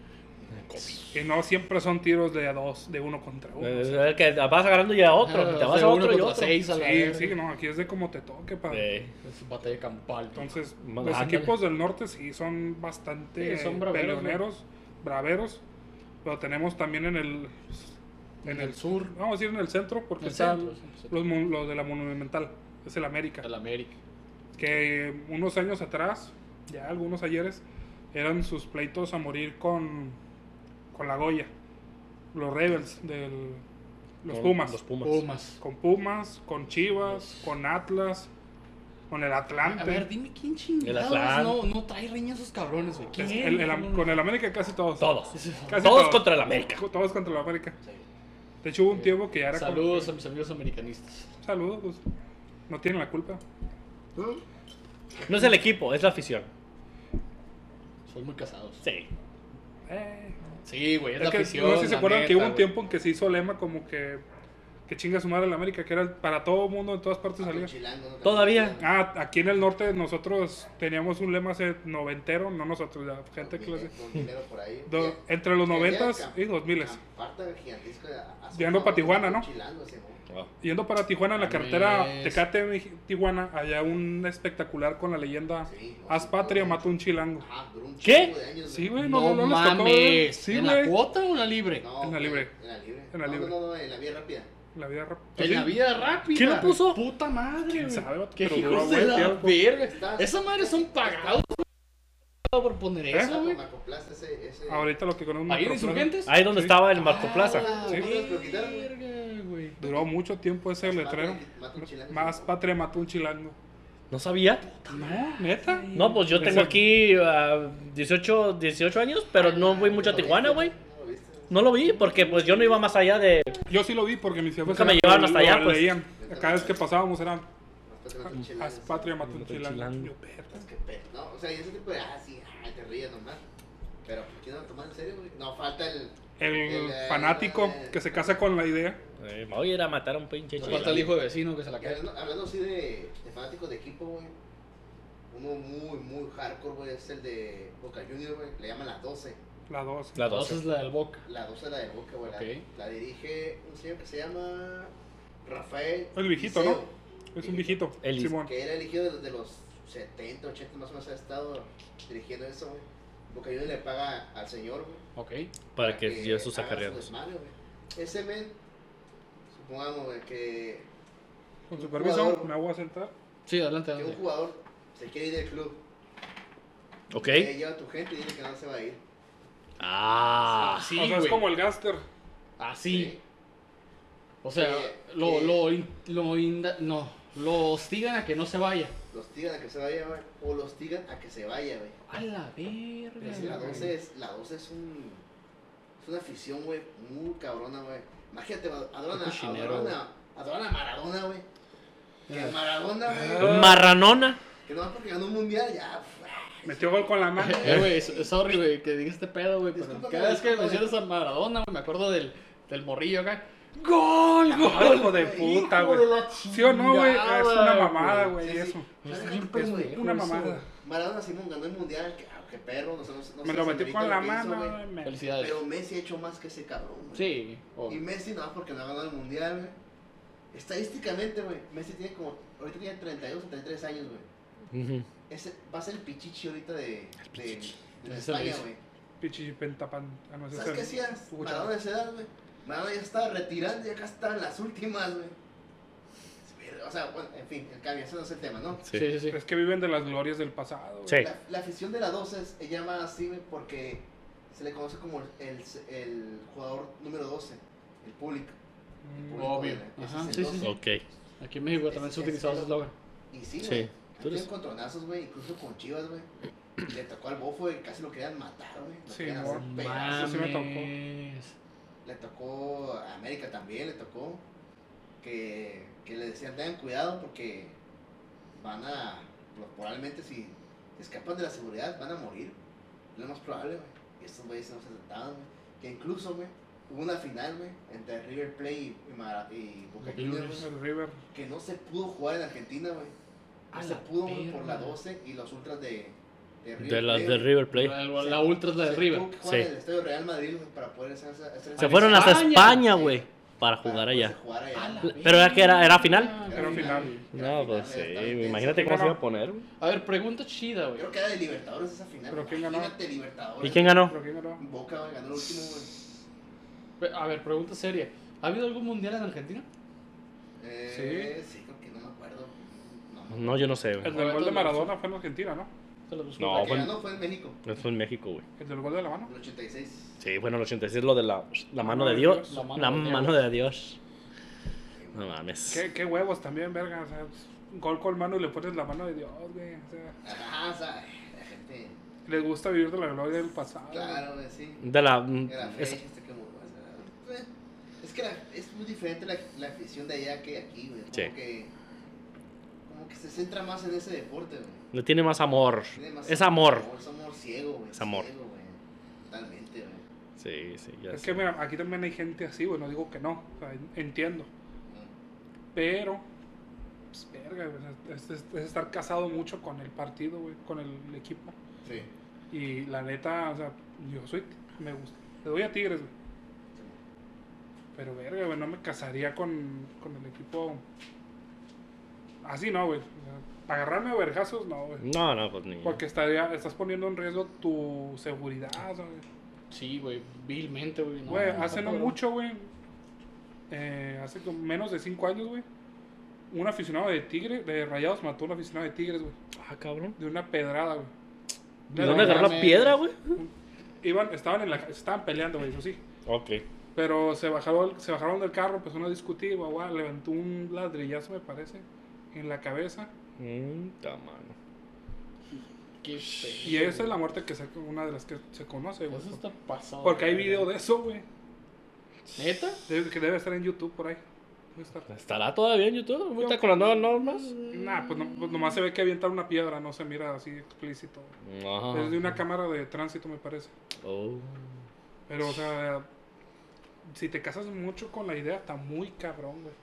Y no siempre son tiros de a dos, de uno contra uno.
Eh, Es el que vas agarrando y a otro. y te
Ah,
vas
de
a
uno
otro y
contra
otro.
seis a la
Sí,
verga.
sí, no, aquí es de como te toque, padre.
Eh,
Es batalla campal.
Entonces,
Ma-
los
ándale.
equipos del norte sí son bastante
Sí, son
eh,
braveros,
peleoneros, braveros, pero tenemos también en el
En el sur.
Vamos a decir en el centro, porque
En el
están
centro, sí, sí.
los, mon- los de la Monumental, es el América.
Al América.
Que unos años atrás, ya algunos ayeres, eran sus pleitos a morir con, con la Goya, los Rebels, del, los
Con
Pumas.
Los Pumas.
Pumas.
Con Pumas, con Chivas, con Atlas, con el Atlante.
A ver, dime quién chingados
Atlante.
no, no trae riña a esos cabrones, güey. ¿Quién?
Es- el- el am- con el América casi todos.
Todos.
Casi
Todos contra el América.
Co- Todos contra el América. De hecho, hubo un tiempo que ya era como-
Saludos a mis amigos americanistas.
Saludos, pues, No tienen la culpa.
No es el equipo, es la afición.
Son muy casados.
Sí.
Eh,
Sí, güey, es, la
es que
afición.
no sé si se
la
acuerdan
neta,
que hubo un
güey.
tiempo en que se hizo lema como que. Que chinga su madre el América, que era para todo mundo, en todas
Ah,
partes salía.
Todavía.
Ah, aquí en el norte nosotros teníamos un lema hace noventero, no nosotros, ya, gente que lo hace.
por ahí.
Do- entre los noventas y dos miles. Llegando pa' Tijuana, ¿no?
Ah.
Yendo para Tijuana, en la carretera
Mames.
Tecate, Meji- Tijuana, había un espectacular con la leyenda Haz patria, mató un chilango.
¿Qué?
Sí, güey, no,
No,
no, no, les tocó, güey.
mames.
Sí,
¿En la
güey.
cuota o en la libre?
En la libre.
En la libre.
En la
No,
libre.
No, no, no, en la vía rápida.
La vida rap-
En la vida rápida.
¿Quién lo puso?
Puta madre, güey.
sabe, vato,
Qué
pero
hijos
duró
de
buen
la
tiempo.
verga. Esa madre son pagados güey, por poner
¿Eh?
eso, güey.
Macroplaza, ese- ese-
Ahorita lo que conozco
Ahí en
Macroplaza.
insurgentes.
Ahí donde
Sí.
estaba el Marco Plaza.
Ah,
Sí.
verga, güey.
Duró mucho tiempo ese
Patria,
letrero.
mató un chilango.
Más patria mató un chilango.
¿No sabía?
No, neta.
No, pues yo tengo
Ese-
aquí ah, 18, 18 años, pero no voy mucho a Tijuana, güey.
No, ¿viste?
No lo vi porque pues yo no iba más allá de... eh,
Yo sí lo vi porque mis jefes
Nunca me
eran-
llevaron hasta
lo
allá, pues.
leían. Cada vez que pasábamos eran
Más patria, mató un chilango.
Haz patria mató un
Mató un
chilango.
chilango.
Yo, perra.
Es que pedo, ¿no? O sea, y ese tipo de, ah, sí, ah, te ríes nomás. Pero, ¿por qué no lo toman en serio, güey? No, falta el.
El
eh,
fanático
eh,
que se casa con la idea.
Eh, me voy a ir a matar a un pinche
Nos
chilango.
falta el hijo de vecino que se la
y
cae.
hablando, hablando así de, de fanáticos de equipo, güey. Uno muy, muy hardcore, güey, es el de Boca Junior, güey. Le llaman las 12.
La dos.
La
Dos
12.
es la del Boca.
La 12 es la de Boca, güey. La-
Ok.
La, dirige un señor que se llama Rafael.
El viejito,
Liceo,
Es un viejito.
El-
Simón.
Que era elegido de, de los 70, 80 más o menos. Ha estado dirigiendo eso, güey. Boca Junior le paga al señor, güey.
Ok.
Para que lleve
haga
sus
su
acarreados.
desmadre, güey. Ese men, supongamos güey, que,
Con su
Un
permiso,
jugador.
me voy a sentar.
Sí, adelante,
que un
adelante.
jugador se quiere ir del club.
¿Ok?
eh, lleva a tu gente y dice que no se va a ir.
Ah.
Así,
o sea, es
güey.
como el gaster.
Así. O sea,
Eh,
lo,
eh.
lo, in- lo, inda- no, lo hostigan a que no se vaya.
Los tigan a que se vaya, güey, o los tigan a que se vaya, güey.
A la
Pero si la
verga.
12 es, la 12 es un, es una afición, güey, muy cabrona, güey. Imagínate, ad- adoran
Qué
a,
cochinero,
adoran a, adoran a Maradona, güey. Que
Ah.
Maradona, güey,
Marranona.
que nomás porque ganó un mundial, ya, pf, ah,
Metió gol con
*laughs*
la mano.
*laughs* Eh, güey, so- sorry, güey, que diga este pedo, güey. Pero
Discúlpame,
cada vez que
discúlpame.
mencionas a Maradona, güey, me acuerdo del, del morrillo acá. ¡Gol, gol!
Ah, Hijo de puta,
Hijo
güey.
de la
Sí o no, güey.
chingada,
Ah, Es una mamada,
güey.
güey.
Sí, sí.
Eso.
¿sabes
Es
qué,
bien
pues, güey?
pendejo
Una
eso,
mamada.
Maradona Simón ganó el mundial, que, ah, qué perro, no sé, no sé- no
Me
sé
lo
si
metió
ahorita
con
lo
la
pienso,
mano,
güey.
güey. me-
Felicidades.
Pero Messi ha hecho más que ese cabrón, güey.
Sí, oh,
Y Messi nada más porque no ha ganado el mundial, güey. Estadísticamente, güey, Messi tiene como. Ahorita tiene 32 o 33 años, güey.
Ujú.
Ese va a ser el pichichi ahorita de. de- de
Ese
España,
es.
güey.
Pichi pentapan. Ah, no, ese
¿Sabes qué
es el-
hacían?
Pucha.
Maradona de esa edad, güey. Maradona ya estaba retirando y acá estaban las últimas, güey. O sea, bueno, en fin, el cambio, ese no es el tema, ¿no?
sí, sí, sí.
Es que viven de las glorias del pasado. güey.
Sí.
La, la afición de la 12 es- se llama así, güey, porque se le conoce como el, el jugador número 12, el público. El
Mm.
público
Obvio.
güey, ese
Ajá,
es el
sí, sí,
12.
sí.
Ok.
Aquí en México también se ha
Es-
utilizado
es-
ese eslogan.
Y sí,
Sí,
güey.
tú
Aquí
eres-
en contronazos, güey, incluso con Chivas, güey. Le tocó al bofo, güey, casi lo querían matar, güey. Lo
Sí,
querían
amor.
hacer pedazos.
Eso sí me tocó.
Mames.
Le tocó a América también, le tocó. Que, que le decían, tengan cuidado porque van a. pro- Probablemente si escapan de la seguridad van a morir. Lo más probable, güey. Y estos güeyes no se sentaban, güey. Que incluso, güey, hubo una final, güey, entre River Plate y, y Mara- y
Boca
Boca Juniors,
Juniors.
güey,
El River.
que no se pudo jugar en Argentina, güey. No
A
se
la
pudo güey, por la
verga.
12 y los ultras de, de River
De la
Plate,
de
güey.
River
La,
Plate.
la ultra es la de
Se
River.
tuvo que jugar en
Sí.
el Estadio Real Madrid, güey, para poder hacer, esa- hacer esa-
Se fueron hasta
España.
España, güey. Para
para
jugar
poderse
allá.
jugar allá.
A la
Pero era que era- era final.
verga.
Era final.
No, pues sí.
Estaba intenso.
Imagínate cómo se iba a poner. güey.
A ver, pregunta chida, güey.
Creo que era de Libertadores esa final.
¿Pero quién ganó?
Imagínate Libertadores.
¿Y quién ganó?
Pero quién era?
Boca güey, ganó el último, güey.
Pe- A ver, pregunta seria. ¿Ha habido algún mundial en Argentina?
Eh, sí. creo que no me acuerdo. No, me acuerdo.
No, yo no sé, güey.
El del gol de Maradona fue en Argentina, ¿no?
Se lo busco.
No,
La que
bueno.
ganó fue en México,
Eso fue en México, güey.
El del gol de la mano.
en el 86.
Sí, bueno, el 86 lo de la, la mano de Dios. La mano, de, Dios. No mames.
¿Qué, qué huevos también, verga. O sea, gol con mano y le pones la mano de Dios, güey. O sea,
Ajá, o sea, la gente.
les gusta vivir de la gloria del pasado.
Claro, güey, sí.
De la.
Era
es-
fecha, este que murió, o sea, eh, Es que la- es muy diferente la, la afición de allá que aquí, güey. Como
Sí.
que. Como que se centra más en ese deporte, güey.
le tiene más amor.
Tiene más
Es amor.
Es amor ciego, güey.
Es amor.
ciego, güey. Totalmente, güey.
Sí, sí, ya
Es
sé.
que mira, aquí también hay gente así, güey, no digo que no, o sea, en- entiendo.
Mm.
Pero, pues, verga, güey, o sea, es, es- es estar casado mucho con el partido, güey, con el equipo.
Sí.
Y la neta, o sea, yo soy, me gusta, le doy a Tigres, güey. Pero, verga, güey, no me casaría con, con el equipo. Así no, güey. para agarrarme a vergazos, no, güey.
No, no, pues ni.
Porque estaría, estás poniendo en riesgo tu seguridad, güey.
Sí, güey, vilmente, güey. no,
Güey,
no,
hace no
cabrón.
mucho, güey. eh, hace como menos de 5 años, güey. Un aficionado de Tigres, de Rayados, mató a un aficionado de Tigres, güey.
Ah, cabrón.
De una pedrada, güey.
¿De dónde agarró la piedra, güey?
Iban, estaban en la, estaban peleando, güey, eso sí.
Ok.
Pero se bajaron, se bajaron del carro, empezaron a discutir, guau, guau, levantó un ladrillazo, me parece, en la cabeza.
Mm, ta mano.
Qué feo,
Y esa es
güey.
la muerte que se, una de las que se conoce, güey.
Eso está pasado.
Porque hay
güey.
video de eso, güey.
¿Neta?
Debe- que debe estar en YouTube por ahí. Debe estar.
¿Estará todavía en YouTube? ¿Ahorita con las nuevas normas?
Nah, pues, no- pues nomás se ve que avientan una piedra, no se mira así explícito.
Ajá.
Es de una cámara de tránsito, me parece.
Oh.
Pero, o sea, si te casas mucho con la idea, está muy cabrón, güey.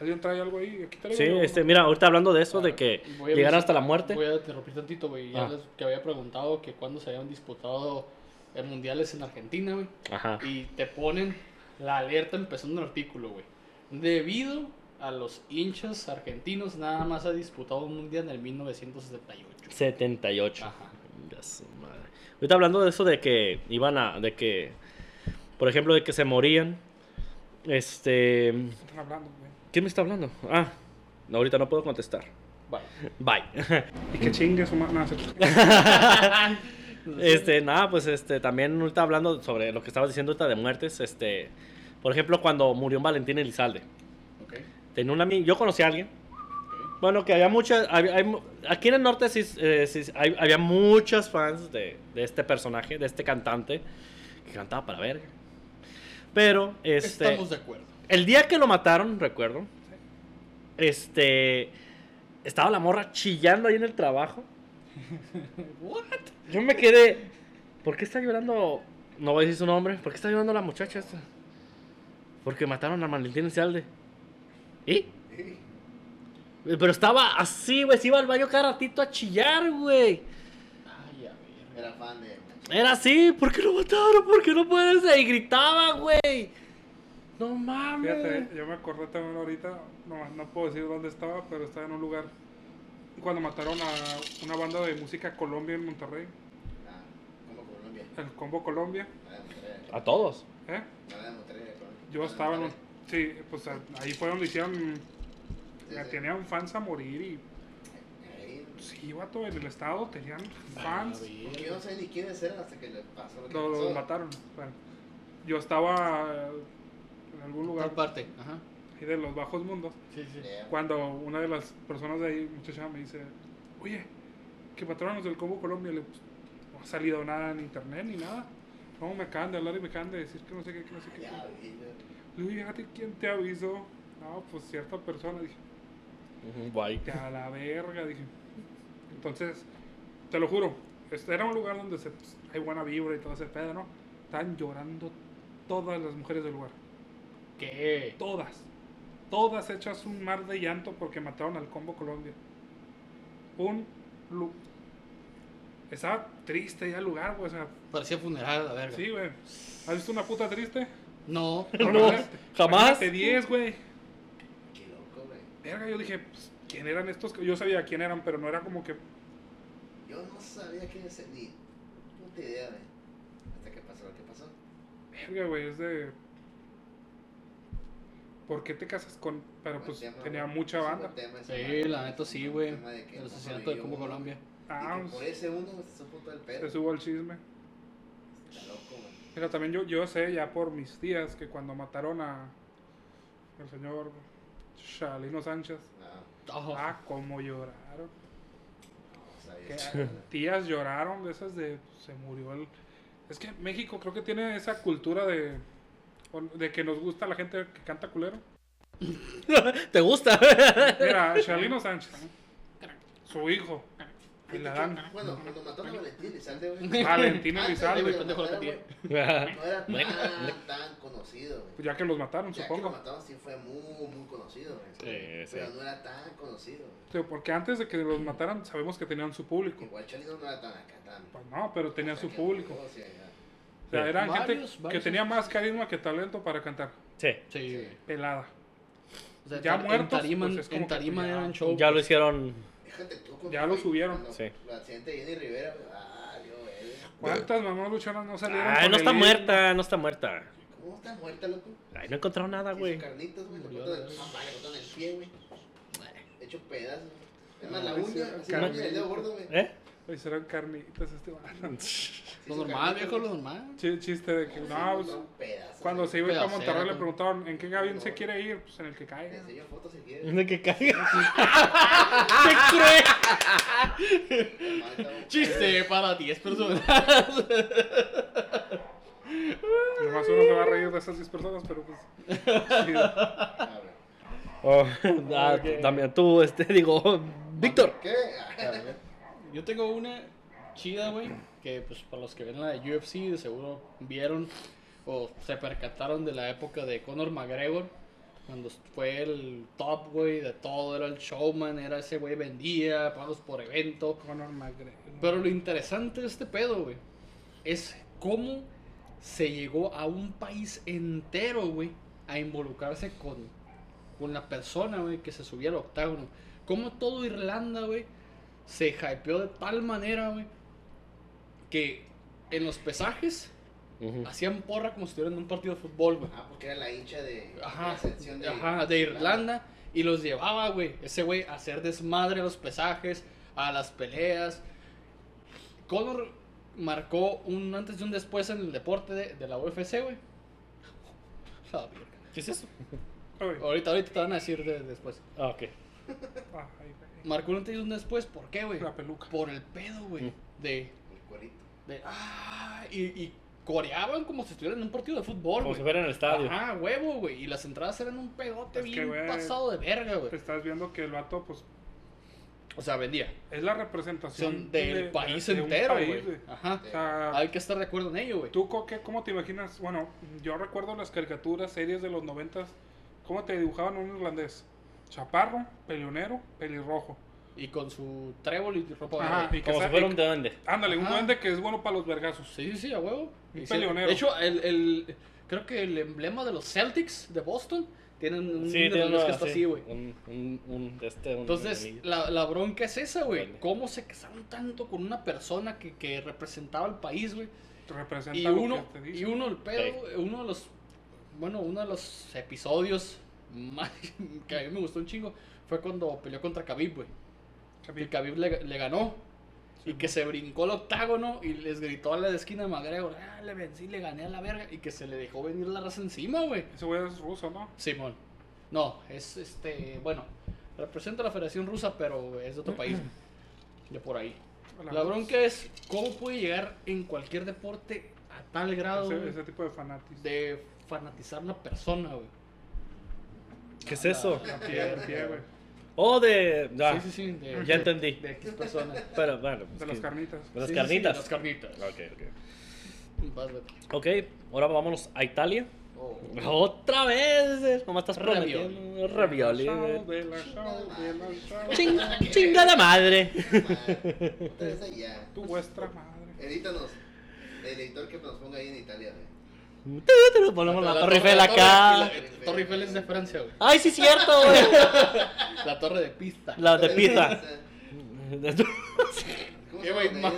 ¿Alguien trae algo ahí? Aquí traigo
Sí,
yo,
este,
¿no?
mira, ahorita hablando de eso, de
Ah,
que
voy a
llegar
ver-
hasta la muerte.
Voy a interrumpir tantito, güey. Ya
Ah.
les- que había preguntado que cuándo se habían disputado eh, mundiales en Argentina, güey.
Ajá.
Y te ponen la alerta empezando el artículo, güey. Debido a los hinchas argentinos, nada más ha disputado un mundial en el 1978.
78.
Ajá.
Ya su madre. Ahorita hablando de eso de que iban a, de que, por ejemplo, de que se morían. Este,
Están hablando, güey.
¿quién me está hablando? Ah, no, ahorita no puedo contestar.
Vale.
Bye.
Y que chingue su madre.
Este, nada, pues este, también ahorita hablando sobre lo que estabas diciendo ahorita de muertes, este, por ejemplo, cuando murió Valentín Elizalde.
Ok.
Tenía un ami- yo conocí a alguien. Bueno, que había muchas, había- hay mu- aquí en el norte sí, eh, sí, hay- había muchos fans de, de este personaje, de este cantante, que cantaba para ver. Pero, este,
Estamos de acuerdo.
el día que lo mataron, recuerdo, este, estaba la morra chillando ahí en el trabajo.
What?
Yo me quedé. ¿Por qué está llorando? No voy a decir su nombre. ¿Por qué está llorando la muchacha esta? Porque mataron a Valentín Elizalde. ¿Y? Pero estaba así, güey. Se iba al baño cada ratito a chillar, güey.
Ay, a ver.
Era fan de.
Era así. ¿Por qué lo mataron? ¿Por qué no puede ser? Y gritaba, güey. No mames.
Fíjate, yo me acordé también ahorita, no, no puedo decir dónde estaba, pero estaba en un lugar. Cuando mataron a una banda de música Colombia en Monterrey,
Ah, como Colombia.
el Combo Colombia,
Nada de Monterrey.
A todos.
¿eh?
Nada de Monterrey. Colombia.
Yo
Nada de
estaba en un-
Monterrey.
Sí, pues a- ahí fue donde hicieron.
Sí, sí.
Tenían fans a morir y. pues,
Ahí.
Sí, vato, en el estado tenían
Ah,
Ah,
fans.
Porque yo no sé ni quiénes eran hasta que le pasó lo que
Lo, lo
pasó.
mataron. Bueno, yo estaba eh, en algún lugar
Tal parte. Ajá.
ahí de los bajos mundos.
Sí, sí.
Eh,
Cuando una de las personas de ahí, muchacha, me dice: Oye, que mataron a los del Combo Colombia. Le digo, "Pues, no ha salido nada en internet ni nada. No, me acaban de hablar y me acaban de decir que no sé qué, que no sé qué.
Ya, vi, güey.
Le digo, "Oye, fíjate, ¿quién te avisó? No, pues cierta persona. Dije,
Bye.
que a la verga, dije. Entonces, te lo juro, este era un lugar donde se, pues, hay buena vibra y todo ese pedo, ¿no? Estaban llorando todas las mujeres del lugar.
¿Qué?
Todas. Todas hechas un mar de llanto porque mataron al Combo Colombia. Un... lu- Estaba triste ya el lugar, güey. O sea,
Parecía funeral, la verga.
sí, güey. ¿Has visto una puta triste?
No.
No, jamás.
De 10, güey.
Qué loco, güey.
Verga, yo dije, pues, ¿quién eran estos? Yo sabía quién eran, pero no era como que
Yo no sabía quiénes eran ni puta idea, güey. Hasta que pasó lo que pasó.
Verga, güey, es de. ¿por qué te casas con...? Pero
Buen
pues
tema,
tenía
güey.
mucha
Es un
banda.
buen tema ese,
Sí,
güey.
la neta sí,
Un
güey.
tema de que
El
no
asesinato de
sobrevivió
Cuba
uno,
Colombia.
Ah,
y que por ese uno, güey, se supo todo el pedo.
se subo el chisme.
Está loco, güey.
Pero también yo, yo sé ya por mis tías que cuando mataron a el señor Chalino Sánchez,
Ah,
Oh,
ah, cómo lloraron.
no, sabía.
Que
*laughs*
tías lloraron de esas de pues, se murió el... Es que México creo que tiene esa cultura de, de que nos gusta la gente que canta culero.
¿Te *laughs* gusta?
Mira, Chalino Sánchez, su hijo, y la dan Ah,
Bueno, cuando mató a Valentín Elizalde, güey.
Valentina
Antes de que
Elizalde,
lo
pendejo, la
mataran,
tía.
güey, No era tan, tan conocido, güey.
pues ya que los mataron,
Ya que lo
supongo.
mataron sí fue muy, muy conocido, güey.
Sí, sí.
Pero no era tan conocido, güey.
Digo, Porque antes de que los mataran sabemos que tenían su público.
Igual Chalino no era tan acá, tan...
Pues no, pero tenía
o sea,
su
que-
público.
o sea, ya.
O sea,
Sí.
eran
Varios,
gente que
varios.
tenía más carisma que talento para cantar.
Sí.
Sí, güey.
Pelada.
O sea,
Ya
tar- en
muertos,
Tarima,
pues, es como
en
que
tarima
ya-
eran show. pues,
Ya lo hicieron.
Déjate tú con-
Ya lo subieron.
cuando
Sí.
Lo accidente de Jenny Rivera, güey, ah, yo, él.
¿Cuántas mamás lucharon no salieron?
Ay,
con
no
el
está
himno?
muerta, no está muerta.
¿Cómo está muerta, loco?
Ay, no he encontrado nada,
Ah,
Hizo
güey.
carnitas, güey, le
Murió,
cortan el-
güey.
ah, madre, le cortan el pie, güey. Hecho pedazos. Es más, la
Ay,
uña,
Ah, sí,
así la
carne.
uña del dedo gordo, güey.
¿Eh?
Le hicieron carnitas a este vato. *laughs*
Lo
Hizo
normal,
carnitas,
viejo, lo
güey.
normal.
Ch- Chiste de que,
Sí,
no, pues,
no, pedazos,
cuando
güey.
se iba a
Pedacera,
Monterrey le
con-
preguntaron, ¿en qué avión se
No.
quiere ir? Pues en el que
Te
caiga.
enseño fotos si quieres.
De que caiga. ¡Qué cruel!
Mata, güey.
Chiste para 10 personas.
Nomás uno se va a reír de esas 10 personas, pero
*laughs*
pues... chido.
Ah, güey.
Oh, *laughs* ah, También tú, este, *laughs* digo, Víctor.
¿Qué?
Yo tengo una chida, güey, que pues para los que ven la de UFC de seguro vieron o se percataron de la época de Conor McGregor, cuando fue el top, güey, de todo, era el showman, era ese güey, vendía pagos por evento.
Conor McGregor.
Pero lo interesante de este pedo, güey, es cómo se llegó a un país entero, güey, a involucrarse con, con la persona, güey, que se subía al octágono. Cómo todo Irlanda, güey, se hypeó de tal manera, güey, que en los pesajes
Ujú.
hacían porra como si estuvieran en un partido de fútbol, güey.
Ah, porque era la hincha de
Ajá,
la selección de,
ajá, de Irlanda. Y los llevaba, güey, ese güey a hacer desmadre a los pesajes, a las peleas. Conor marcó un antes y un después en el deporte de, de la UFC, güey. *laughs* La verga.
¿Qué es eso?
Ay,
Ahorita, ahorita te van a decir de- después.
Ah, ok.
ay, güey.
Marcó un antes y un después, ¿por qué, güey?
ah, La peluca.
Por el pedo, güey.
Mm.
De,
El cuerito.
de, ah, y, y coreaban como si estuvieran en un partido de fútbol,
Como
güey.
si fuera en el estadio.
Ajá, huevo, güey. Y las entradas eran un pedote
Es que,
bien
güey,
pasado de verga, güey.
Te estás viendo que el vato, pues,
O sea, vendía.
es la representación...
Son del
de-
país
de un
entero,
país,
güey. Ajá.
O sea,
Hay que estar de acuerdo en ello, güey.
¿Tú co- qué, cómo te imaginas? Bueno, yo recuerdo las caricaturas, series de los noventas. ¿Cómo te dibujaban un irlandés? Chaparro, peleonero, pelirrojo.
Y con su trébol y ropa
Ajá,
verde.
y que
Como
sa-
si fuera
y-
un duende.
Ándale, un
Ajá.
duende que es bueno para los vergazos.
Sí, sí, sí, a huevo.
Un
Y sí,
peleonero.
De hecho, el, el- creo que el emblema de los Celtics de Boston tienen un
Sí, tiene
irlandés
una-
que está
sí,
así, güey.
Un, un, un, este, un
Entonces,
anillo.
la, la bronca es esa, güey.
Vale.
¿Cómo se casaron tanto con una persona que, que representaba al país, güey?
Te representa
y
lo
uno
que te
y
dice.
uno el pedo uno de los bueno uno de los episodios más *laughs* que a mí me gustó un chingo fue cuando peleó contra Khabib güey
Chapi-
y Khabib le, le ganó y que se brincó el octágono y les gritó a la de esquina de McGregor ah le vencí le gané a la verga y que se le dejó venir la raza encima güey
Ese güey es ruso, ¿no?
Simón no es este bueno representa a la Federación Rusa pero es de otro país de por ahí la bronca es cómo puede llegar en cualquier deporte a tal grado
Ese,
güey,
ese tipo de fanatis.
de fanatizar la persona, güey. Ah,
¿Qué es eso?
La- la
Pie,
piel,
pie, güey.
Ah. Oh, de. ah,
Sí, sí, sí. De,
Ya entendí.
De X persona.
Pero bueno. pues
De las
que-
carnitas.
de las
Sí, sí, sí,
carnitas. Ah.
las carnitas.
Ok, ok.
Vas, Beto.
Ok, ahora vámonos a Italia.
Oh,
Otra vez, eh, nomás estás
Ravioli.
prometiendo ravioli.
Show
eh.
de la show de la show.
Ching, chingada madre. *laughs*
madre. Otra vez allá.
Tu vuestra madre.
Edítanos. El editor que nos ponga ahí en Italia, güey.
Tú, tú, le Ponemos la Torre
torre-
Eiffel
torre-
acá.
y la- Torre Eiffel es de Francia, güey.
Ay, sí, cierto, güey. *laughs*
La torre Ah, de pista.
La de pizza.
Esa- ¿Cómo
Qué
se
güey,
llama?
ma-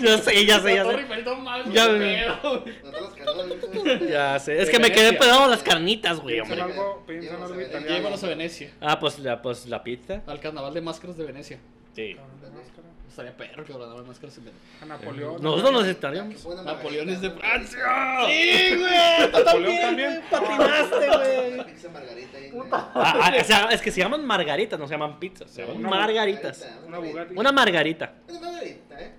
Yo sé, ya sé, ya
Torre
sé.
Eiffel, no mames,
Ya
qué
me-
pedo. *laughs*
No te los canales.
Ya sé. Es que me quedé pegado a las carnitas, güey,
Piensa en
hombre.
algo, piensa en
Llévanos a
algo
ver,
italiano.
Llévanos a Venecia,
Ah, pues la, pues la pizza.
al carnaval de máscaras de Venecia.
Sí.
Cabrón, la máscara.
Estaría perro que hablara de máscaras en Venecia.
A Napoleón.
Nosotros nos estaríamos.
Napoleón es de Francia.
Ah. Sí, güey. Tú
Napoleón
también,
también.
güey, patinaste,
La
güey.
pizza margarita ahí.
Ah, ah, o sea, es que se llaman margaritas, no se llaman pizzas, se llaman
Una-
margaritas.
Una Bugatti.
Una margarita.
Una margarita, ¿eh?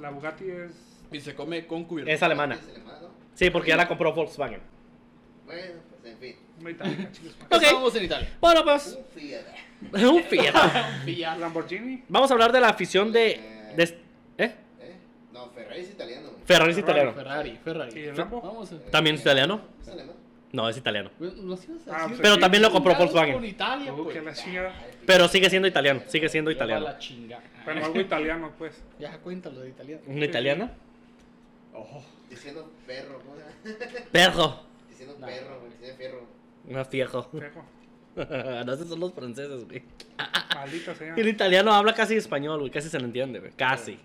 La Bugatti es.
Y se come con cubierto.
Es alemana.
Es alemana, ¿no?
Sí, porque ya la compró Volkswagen.
Bueno, pues en fin.
*laughs*
Una italiana, chicos.
Ok.
Estábamos Pues en Italia.
Bueno, pues,
Un Fiat.
*laughs* un Fiat.
Villa.
Lamborghini.
Vamos a hablar de la afición de. de- ¿Eh?
¿eh? No, Ferrari es italiano. güey.
Ferrari es
Ferrari,
italiano.
Ferrari, Ferrari.
¿Y el Lambo?
Vamos a...
¿También es italiano?
Es alemán.
No, es italiano.
Güey, nos ibas a
Ah,
decir-
pues
Pero también lo compró
Chingados
Volkswagen.
Con Italia,
Uh,
pues.
que la chingada.
Pero sigue siendo italiano, sigue siendo
Lleva
italiano.
la chingada.
Bueno, algo italiano, pues.
Ya cuéntalo de italiano.
¿Una italiana?
Oh,
Diciendo perro, ¿cómo se llama?
Perro.
*laughs* Diciendo
No.
perro, güey. Diciendo fierro.
No, fierro. *laughs*
Feo.
No, esos son los franceses, güey.
Maldita sea.
El italiano habla casi español, güey. Casi se le entiende, güey. Casi.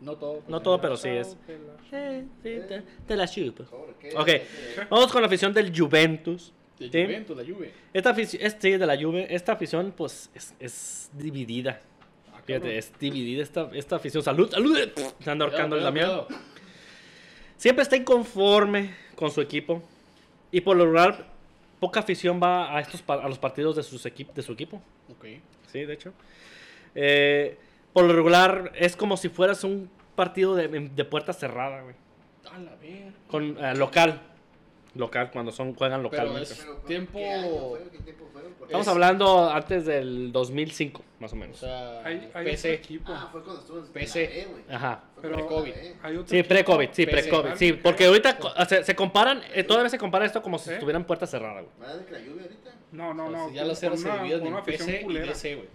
no todo. pues,
No todo, pero sí es.
Chao, pela.
Eh, sí, te, te la chupo.
Pobre, ¿qué?
Ok.
Eh,
Vamos con la afición del Juventus.
De
Sí.
Juventus, la Juve.
Esta afición, este de la Juve, esta afición, pues, es, es dividida.
Ah,
Fíjate, es dividida esta, esta afición. Salud, salud. Se anda ahorcando el Damián.
mierda
Siempre está inconforme con su equipo. Y por lo regular, poca afición va a, estos, pa- a los partidos de, sus equip- de su equipo.
Ok.
Sí, de hecho. Eh, por lo regular, es como si fueras un partido de, de puerta cerrada, güey.
A la verga.
Con eh, local. Local, cuando son,
Pero
juegan localmente.
es
pero, ¿qué
tiempo.
año fue? ¿Qué tiempo fue? Porque-
Estamos
es-
hablando antes del 2005, más o
O
menos.
sea,
Hay, hay
PC.
otro equipo.
Ah, fue cuando estuvo en
PC.
la B, güey.
Ajá.
Fue
Pero-
cuando
Pre-COVID.
la E. B.
Hay otro
Sí, pre-COVID, sí,
PC.
pre-COVID. Sí, porque ahorita co- o sea, se comparan, eh, todavía se compara esto como si
¿Eh?
estuvieran puerta cerrada, güey.
¿Más de que la lluvia ahorita?
No, no,
o sea,
no.
si ya las eran
por una-
servidas
por una
en
afición
PC y
culera.
DC, güey.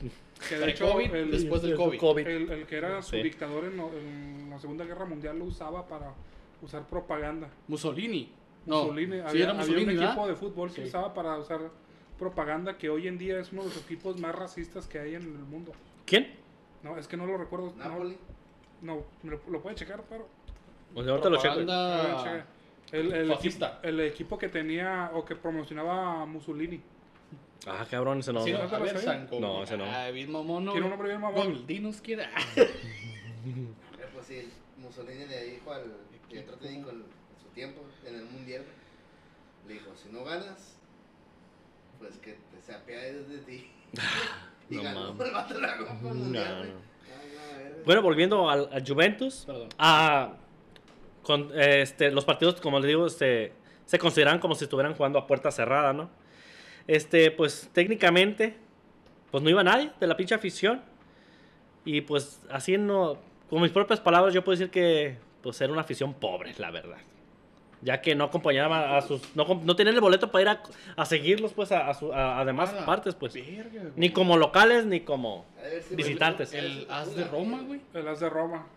Que de hecho,
Pre-COVID,
el,
después del COVID.
el- el que era su
Sí.
dictador en, lo- en la Segunda Guerra Mundial lo usaba para usar propaganda.
Mussolini. No.
Mussolini,
Sí,
había,
era
había
Mussolini,
un
¿verdad?
equipo de fútbol que
Sí.
usaba para usar propaganda que hoy en día es uno de los equipos más racistas que hay en el mundo.
¿Quién?
No, es que no lo recuerdo. No,
Napoli.
no me lo, lo puede checar, pero.
Pues ahorita lo checo.
a ver,
Propaganda.
checa. El, el equipo,
Fascista.
el equipo que tenía o que promocionaba a Mussolini.
Ah, cabrón, ese no.
Sí, no,
¿No te
a
lo
ver,
sabía?
Sanco.
No,
güey.
ese no.
Ah, bien mono.
Tiene un nombre bien mamón.
Dinos quién era. *laughs*
Eh, Pues sí, Mussolini le dijo al que entró técnico en en su tiempo, en el mundial, le dijo, si no ganas, pues que te se apiade
*laughs*
de ti. y
No
ganó
mames.
el vato de la Copa Mundial,
No,
güey.
no.
Ay, no, a ver,
Pues,
Bueno, volviendo al, al Juventus.
Perdón.
Ah, con, eh, este, los partidos, como les digo, este, se consideran como si estuvieran jugando a puerta cerrada, ¿no? Este, pues técnicamente, pues no iba nadie de la pinche afición. Y pues así no, con mis propias palabras yo puedo decir que pues era una afición pobre, la verdad. Ya que no acompañaba a sus, no, com- no tenían el boleto para ir a, a seguirlos pues a, a su- a- a demás
A la
partes pues.
Verga, güey.
Ni como locales, ni como...
ha de haber sido
visitantes.
El
Pula,
as de Roma, güey.
El as de Roma.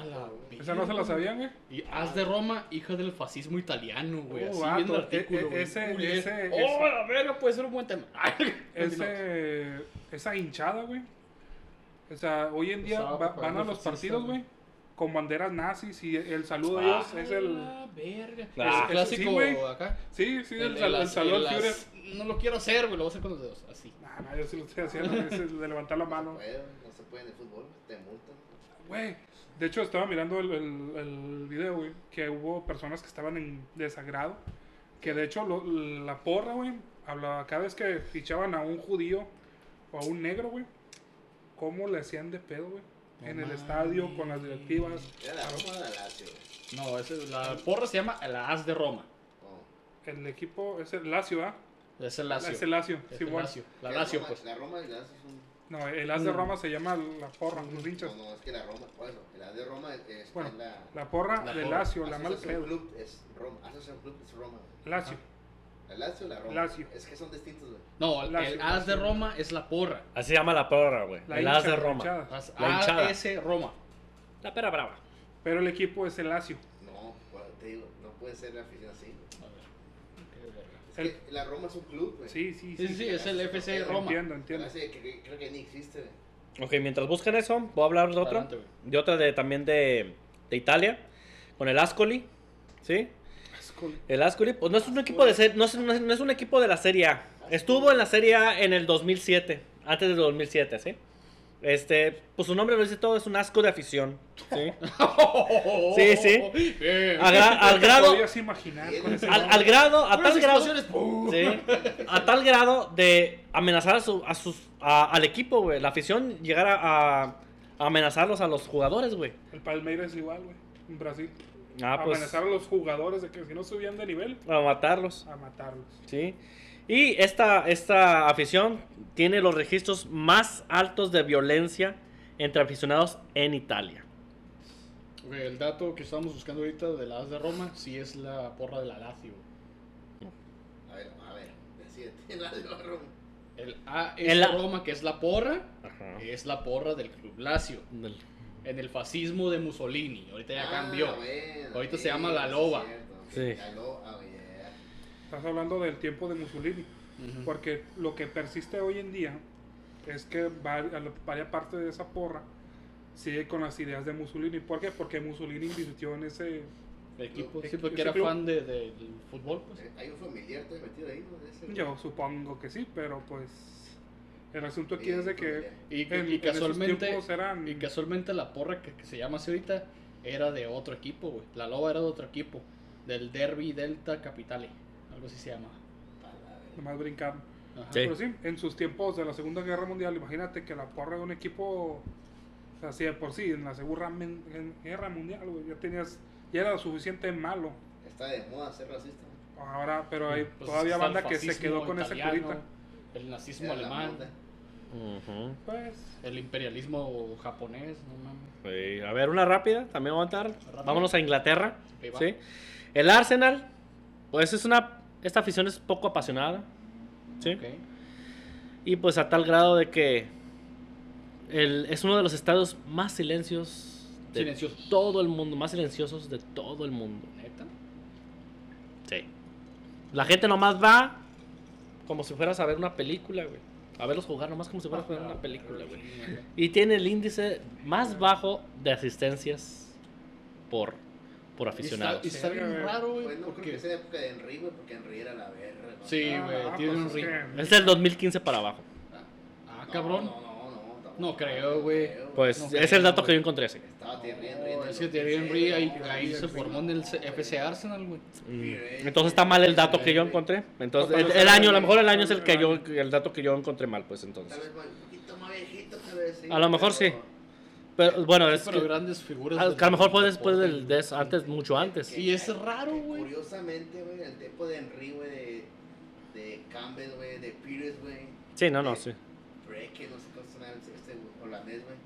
A la
Esa no se la
verga.
sabían, eh. güey.
Y haz de Roma, hija del fascismo italiano, güey.
Oh,
así
vato,
viendo el
e-
artículo.
e-
güey.
ese-
Uy, es-
ese-
oh,
ese-
la verga, puede ser un buen tema. *laughs* Continuamos.
Ese, esa hinchada, güey. O sea, hoy en día
Usaba
va- van
propaganda
a los
fascista,
partidos,
güey.
güey, con banderas nazis y el saludo a
Ah.
ellos es el...
Ah, verga.
Ah,
el
eso sí,
clásico
güey.
acá.
Sí, sí, el,
El-
sal-
el
el
as-
saludo
el
al Führer.
as- No lo quiero hacer, güey. Lo voy a hacer con los dedos. Así.
Nah, nah, yo sí lo estoy haciendo, *laughs* es el de levantar la
No se
mano.
puede, no se puede en el fútbol, te multan.
Güey, de hecho estaba mirando el, el- el video, güey, que hubo personas que estaban en desagrado. Que de hecho lo- la porra, güey, hablaba cada vez que fichaban a un judío o a un negro, güey, cómo le hacían de pedo, güey.
No
en el
mames.
estadio, con las directivas.
Era la Roma de la Lazio, güey.
No, ese- la porra se llama la as de Roma.
Oh.
El equipo es el Lazio, ¿ah?
Es el Lazio.
Es el Lazio,
Es
sí,
el
bueno.
Lazio. La
Que
Lazio,
Roma-
pues.
La Roma y la Lazio son...
No, el
Mm.
As de Roma se llama la porra, los hinchas.
No, no, es que la Roma, por eso, el as de Roma es, es
Bueno,
es la...
La porra
La
del
porra.
Lazio, la mal pedo.
Asociación Club es Roma, Asociación Club es Roma, güey.
Lazio.
Ah.
¿La Lazio o la Roma?
Lazio.
Es que son distintos, güey.
No, el-
Lazio,
el as de
Lazio.
Roma es la porra.
Así se llama la porra, güey.
La
el
hincha,
as de
la
Roma.
hinchada.
As- Ah.
La hinchada.
AS Roma.
La pera brava.
Pero el equipo es el Lazio.
No, pues, te digo, no puede ser la afición así. güey.
A ver. Qué verga.
Es
El-
que la Roma es un club, güey.
Sí, sí, sí.
Sí, sí, es el FC
Entiendo,
Roma.
Entiendo,
La
entiendo.
Lazio que, que- creo que ni existe, güey.
Ok, mientras buscan eso, voy a hablar de otra.
Adelante, güey.
De otra de, también de, de Italia, con el Ascoli, ¿sí? El Ascoli, pues no es un equipo de ser- no es, no es- no es un equipo de la Serie A. Estuvo en la Serie A en el 2007, antes del 2007, ¿sí? Este, pues su nombre lo dice todo, es un asco de afición, ¿sí? Sí, sí.
*laughs* Bien.
A gra- al grado
podías imaginar con ese
al,
nombre?
al grado, a
Puras
tal grado,
explosiones, ¡pum!
sí, a tal grado de amenazar a su- a sus a- al equipo, güey, la afición llegar a, a- a amenazarlos a los jugadores, güey.
El Palmeiras igual, güey. En Brasil.
Ah, pues
Amenazar a los jugadores de que si no subían de nivel,
a matarlos.
a matarlos.
Sí. Y esta, esta afición tiene los registros más altos de violencia entre aficionados en Italia.
Ok, el dato que estamos buscando ahorita de la AS de Roma, sí es la porra de la Lazio.
A ver, a ver, decídete. *laughs* La de la Roma.
El AS
El A- Ah.
Roma, que es la porra, es la porra del club Lazio.
Del-
En el fascismo de Mussolini. Ahorita ya
Ah,
cambió.
bueno,
Ahorita se
sí,
llama La
sí es
Loba.
cierto, ok,
Sí.
La Loba, oh, yeah.
Estás hablando del tiempo de Mussolini.
Ujú.
Porque lo que persiste hoy en día es que var- a la- varias partes de esa porra sigue con las ideas de Mussolini. ¿Por qué? Porque Mussolini invirtió en ese...
El equipo,
Ese
sí, porque era
club.
fan de- del fútbol, pues.
Hay un familiar todavía metido ahí, ¿no? De ese-
Yo supongo que sí, pero pues... El asunto aquí
Sí,
es de que...
familiar.
Y,
en-
y
en esos
casualmente,
tiempos eran-
y casualmente la porra que, que se llama así ahorita era de otro equipo, güey. La loba era de otro equipo, del Derby Delta Capitale, algo así se llama.
Nomás brincaron.
Ajá.
Sí.
Pero sí, en sus tiempos de la Segunda Guerra Mundial, imagínate que la porra de un equipo, o sea, si de por sí, en la Segunda Men- en Guerra Mundial, güey, ya tenías, ya era suficiente malo.
Está de moda ser racista.
Ahora, pero hay
Pues
todavía
está el
banda que se
fascismo
quedó con esa
italiano,
curita.
El nazismo
Era la
alemán,
moda.
Ujú.
Pues,
el imperialismo japonés, no mames.
Sí, A ver, una rápida, también voy a aguantar.
Rápido.
Vámonos a Inglaterra.
Ahí va.
¿sí? El Arsenal, pues es una. Esta afición es poco apasionada. ¿sí?
Ok.
Y pues a tal grado de que el- es uno de los estadios más silencios de
Silenciosos.
todo el mundo, más silenciosos de todo el mundo.
¿Neta?
Sí. La gente nomás va como si fueras a ver una película, güey. A verlos jugar nomás como si fueras a ver una película, güey. Y tiene el índice más bajo de asistencias por, por
Y está,
aficionados.
y está bien raro, güey,
Pues no creo
porque...
que sea época de Henry, güey, porque Henry era la verga. ¿no?
Sí,
Ah,
güey,
ah,
tiene
pues
un
es
ritmo.
que-
Es del 2015 para abajo.
Ah,
No,
cabrón.
No, no, no. tampoco.
No creo, güey.
creo,
Pues
No
es
creo,
el dato que
güey.
yo encontré, sí.
Estaba Thierry
No,
Henry. en el
es que Thierry Henry
2006,
ahí,
no,
ahí se
Henry
formó en el C- FC Arsenal, güey.
Mm, Entonces está mal el dato que yo encontré. Entonces, el, el año, a lo mejor el año es el que yo, el dato que yo encontré mal, pues
Tal vez
entonces.
un poquito más viejito, tal vez sí.
A lo mejor sí.
pero-
Pero bueno, es
pero
que,
grandes figuras.
a,
del
que a lo mejor fue después
deporte,
del, de- antes, mucho antes.
Y es raro,
que
güey.
Curiosamente, güey, el tiempo de Henry, güey, de, de Campbell, güey, de Pires, güey.
Sí, no, no, sí.
Breke, no sé cómo se llama este este holandés, güey.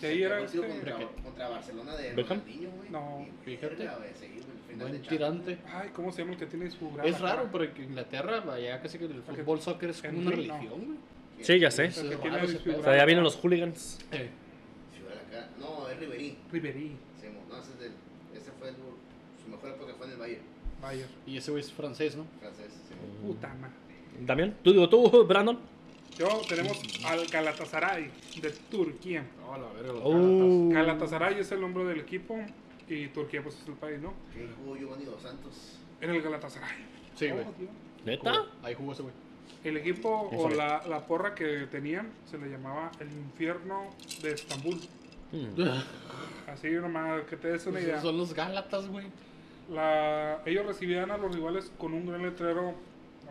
de ahí era
Pegó un tiro
este-
contra,
Breke.
contra Barcelona de
Beckham.
Ronaldinho, güey.
No,
Y
fíjate.
verga, güey, seguí, güey, el final de
Buen
Champions.
tirante.
Ay, ¿cómo se llama el que tiene su gran
Es
acá?
raro, pero que Inglaterra, allá casi que el
Porque
fútbol, soccer es como una
Henry no.
religión, güey.
Sí, ya sé.
Es
que
raro
tiene
ese pedo.
O sea, ya vienen los hooligans.
Eh,
Ciudad acá. No, es Ribery.
Ribery,
Sí, mo- no, ese, es del, ese fue el, su mejor época fue en el Bayern,
Bayer,
Y ese güey es francés, ¿no?
francés. sí, mo-
puta madre.
También. Tú digo, tú, Brandon.
Yo tenemos al Galatasaray de Turquía.
No, la verga, los
Uh.
Galatasaray es el nombre del equipo y Turquía pues es el país, ¿no?
Que ahí jugó Giovanni Dos Santos.
Era el Galatasaray.
Galatas. Sí, güey.
Oh, Dios.
¿Neta?
Oh.
Ahí jugó ese güey.
El equipo
No
o
sabía.
la, la porra que tenían se le llamaba el infierno de Estambul.
Mm.
Así nomás que te des una idea.
Pues Son los Gálatas, güey.
La- ellos recibían a los rivales con un gran letrero,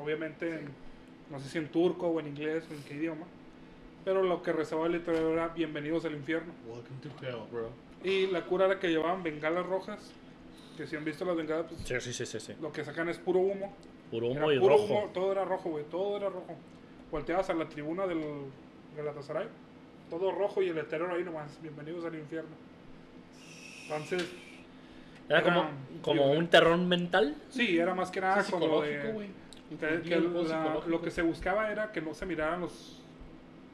obviamente, en- no sé si en turco o en inglés o en qué idioma. Pero lo que rezaba el letrero era bienvenidos al infierno.
Welcome to hell, bro.
Y la cura era que llevaban bengalas rojas. Que si han visto las bengalas, pues
Sí, sí, sí, sí, sí.
lo que sacan es puro humo.
Puro
Era
humo y
puro
rojo.
humo, todo era rojo, güey, todo era rojo. Volteabas a la tribuna del Galatasaray, todo rojo y el letrero ahí nomás, bienvenidos al infierno. Entonces,
Era como, como un terror mental.
sí, era más que nada
Es
Ah, como
psicológico,
de-
güey.
que- que
Incluye un juego
la- lo
psicológico.
que se buscaba era que no se miraran los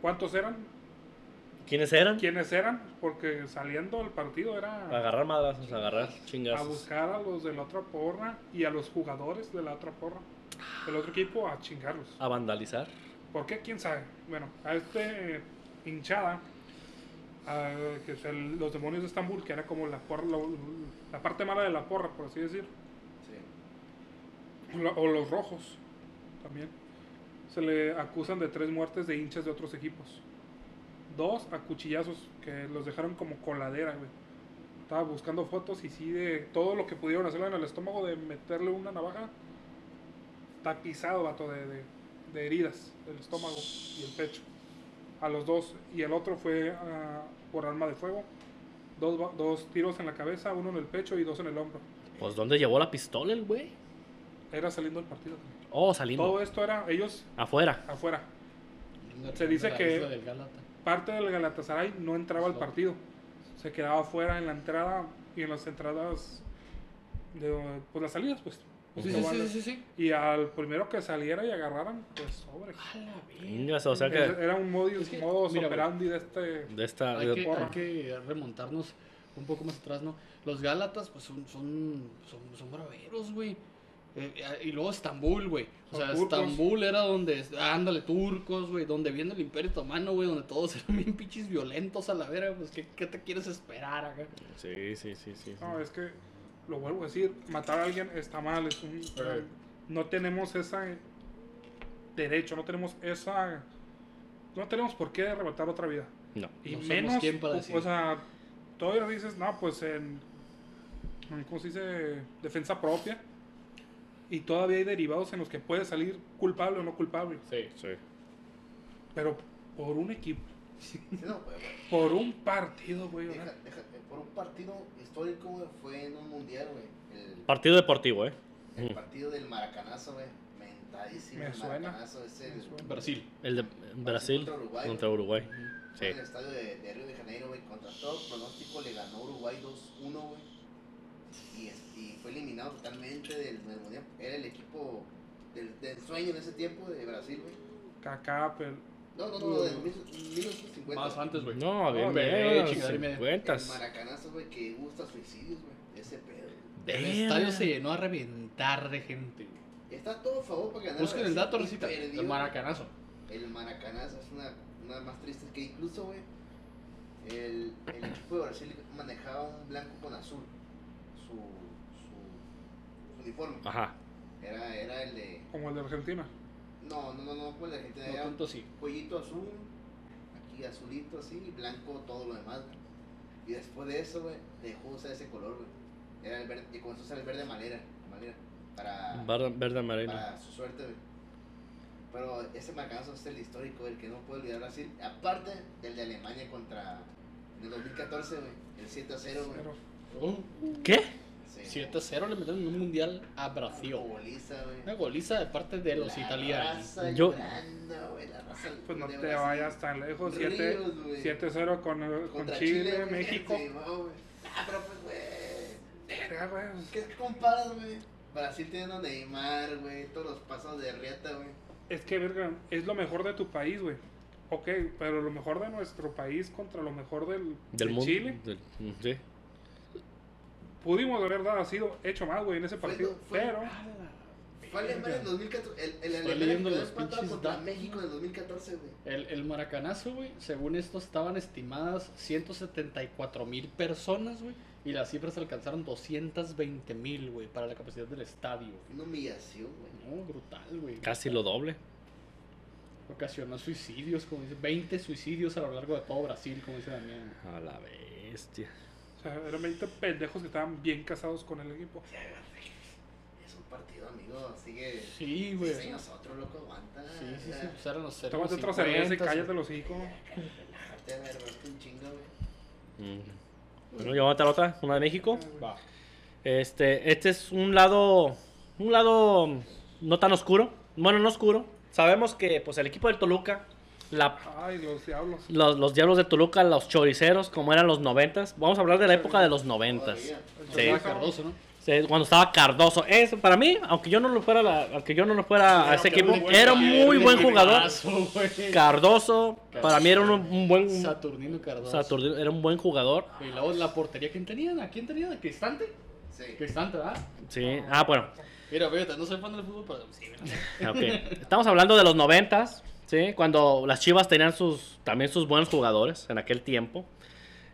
cuántos eran,
¿Quiénes eran?
quiénes eran, porque saliendo del partido
Ah,
era
Agarrar madrazos, agarrar
a
chingazos.
buscar a los de la otra porra y a los jugadores de la otra porra, del otro equipo a chingarlos.
A vandalizar.
¿Por qué? ¿Quién sabe? Bueno, a este hinchada ah, que es el- los demonios de Estambul, que era como la, por- la, la parte mala de la porra, por así decir.
Sí.
O, lo- o los rojos también. Se le acusan de tres muertes de hinchas de otros equipos. Dos a cuchillazos que los dejaron como coladera, güey. Estaba buscando fotos y sí de todo lo que pudieron hacerle en el estómago de meterle una navaja. Tapizado, vato, de, de, de heridas del estómago y el pecho. A los dos. Y el otro fue ah, por arma de fuego. Dos, va- dos tiros en la cabeza, uno en el pecho y dos en el hombro.
Pues, ¿dónde llevó la pistola el güey?
Era saliendo del partido. güey.
Oh, saliendo.
Todo esto era ellos
Afuera.
afuera.
Una
Se dice
de la
que-
isla del Gálata.
Parte del Galatasaray no entraba al
No.
partido. Se quedaba afuera en la entrada y en las entradas de donde- pues las salidas pues.
Sí, sí, sí, sí, sí.
Y al primero que saliera y agarraran, pues sobre.
A la verga.
Ingas, o sea que.
Era un modus,
Es que-
modus
mira, güey.
operandi de este
De esta.
Hay
de-
que,
porra.
hay que remontarnos un poco más atrás, ¿no? Los Gálatas, pues son, son, son, son braveros, güey. Eh, eh, y luego Estambul, güey. O
Los
sea,
turcos.
Estambul era donde, ándale, turcos, güey, donde viene el Imperio Otomano, güey, donde todos *laughs* eran bien pinches violentos a la vera, pues, ¿qué, qué te quieres esperar acá?
Sí, sí, sí, sí. sí.
No, es que lo vuelvo a decir, matar a alguien está mal, es un eh,
Right.
no tenemos ese derecho, no tenemos esa no tenemos por qué arrebatar otra vida.
No.
Y
No somos
menos
quien para
o-
decir.
o sea, todavía dices, no, pues en en, ¿cómo se dice? defensa propia. Y todavía hay derivados en los que puede salir culpable o no culpable,
Sí. Sí.
pero por un equipo,
Sí, no, güey, güey.
por un partido, güey. o sea,
Deja- deja- eh, por un partido histórico, güey, fue en un mundial, güey. El,
Partido deportivo, ¿eh?
el
Mm.
partido del Maracanazo, güey. Mentadísimo.
Me
el
suena.
Maracanazo es el.
Me suena.
Brasil.
El de Brasil
Contra Uruguay,
contra
¿no?
Uruguay.
fue
Sí.
En el estadio de, de Río de Janeiro, güey. Contra todo pronóstico le ganó Uruguay 2-1, güey. Y, es- y fue eliminado totalmente del, del mundial. Era el equipo del, del sueño en ese tiempo de Brasil, güey.
Kaká, pero
No, no, no, no, del 1950.
Más antes, güey.
No, bien,
No,
bien.
güey, chingadera y media.
El
50.
Maracanazo, güey, que gusta suicidios, güey. Ese pedo.
El estadio se llenó a reventar de gente, güey.
Está todo a favor para ganar.
Busquen el
Brasil,
dato,
y
recita.
perdió,
El maracanazo.
El Maracanazo es una, una más triste que incluso, güey. El, el equipo de Brasil manejaba un blanco con azul. Su, su, su uniforme.
Ah.
Ajá.
Era, era el de.
como el de Argentina.
No, no, no, no, pues la gente
No
era un
tanto así.
cuellito azul. Aquí azulito así, y blanco todo lo demás. güey. Y después de eso, güey, dejó de usar ese color, güey. Era el verde, y comenzó a usar el verde malera. malera para,
Verde, verde amarillo.
para su suerte, güey. Pero ese marcanazo es el histórico, el que no puede olvidar Brasil. Aparte del de Alemania contra. En el 2014, güey. El 7 a 0, güey.
Pero
Oh,
¿Qué?
Sí,
7-0 le metieron en un mundial a Brasil.
una goliza, güey.
Una goliza de parte de los
La
italianos.
raza
Yo-
llorando, güey, la raza
Pues no
de
te
Brasil.
vayas tan lejos.
Ríos,
siete-
güey.
7-0 con, el- con
Contra
Chile,
Chile, pues, güey.
México.
Sí, no, güey. ah, pero pues, güey.
Verga, güey, pues,
¿Qué comparas, güey? Brasil tiene a Neymar, güey. Todos los pasos de Riata, güey.
Es que, verga, es lo mejor de tu país, güey. Ok, pero lo mejor de nuestro país contra lo mejor del,
Del
de
mundo.
Chile.
del- mm, sí.
Pudimos haber dado, sido hecho más, güey, en ese
Fue-
partido.
fue-
pero
Fue Alemania en 2014. El, el
Estoy
Alemania
leyendo
quedó
los
empatado
pinches
contra
datos.
México en el 2014, güey.
El, el maracanazo, güey, según esto estaban estimadas 174 mil personas, güey. Y las cifras alcanzaron 220 mil, güey, para la capacidad del estadio.
Una humillación, güey.
No, brutal, güey.
Casi lo doble.
Ocasionó suicidios, como dice, 20 suicidios a lo largo de todo Brasil, como dice Damián.
A la bestia.
o sea, eran 20 pendejos que estaban bien casados con el equipo.
Es un partido, amigo. Así que.
Sí, güey.
Sí,
Sí,
nosotros, loco, aguanta.
sí,
o
sí,
sea,
pues eran los
Tómate otra cerveza
0,50,
y cállate
güey.
los hijos.
Relájate, a ver, vete un chingo, güey.
Mm. Bueno, ya voy a matar otra, una de México.
Va.
Este, este es un lado, un lado no tan oscuro. Bueno, no oscuro. Sabemos que, pues, el equipo del Toluca, la-
Ay, los diablos.
los, los diablos de Toluca, los choriceros, como eran los noventas. Vamos a hablar de la época de los noventas.
Todavía.
Sí.
Estaba Cardoso, ¿no?
Sí, Cuando estaba Cardoso. Es, para mí, aunque yo no lo fuera, la- aunque yo no lo fuera a ese equipo, era un muy buen jugador.
Cardoso, güey.
Cardoso, para mí era un, un buen
Saturnino Cardoso.
Saturnino, era un buen jugador.
Y luego la portería, ¿quién tenían? ¿A quién tenían? ¿A Cristante?
Sí.
Cristante, ¿verdad?
Sí. Ah, bueno.
Mira, fíjate, no soy fan del fútbol, pero sí, mira.
Ah, Ok. Estamos hablando de los noventas, ¿sí? Cuando las Chivas tenían sus, también sus buenos jugadores en aquel tiempo.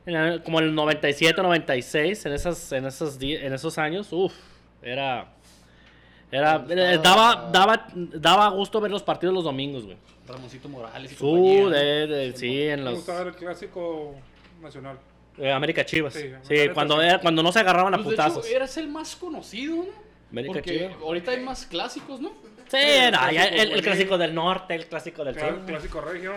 en la- como el 97, 96, en, esas, en, esas, di- en esos años, uff, era... Era,
Cuando
eh, daba,
estaba-
daba, daba gusto ver los partidos los domingos, güey.
Ramoncito Morales y compañía,
Uh, de- de- sí, en
Me
los...
gustaba el clásico nacional.
eh, América Chivas.
Sí,
Sí,
América
cuando,
Chivas.
era- cuando no se agarraban a
Pues, de hecho,
eh,
putazos.
eras el más conocido, ¿no?
América
Porque
Chivas.
ahorita hay más clásicos, ¿no?
Sí,
el
no, ya
clásico
el, el
juvenil.
clásico del norte, el clásico del
Cla-
sur,
Clásico regio,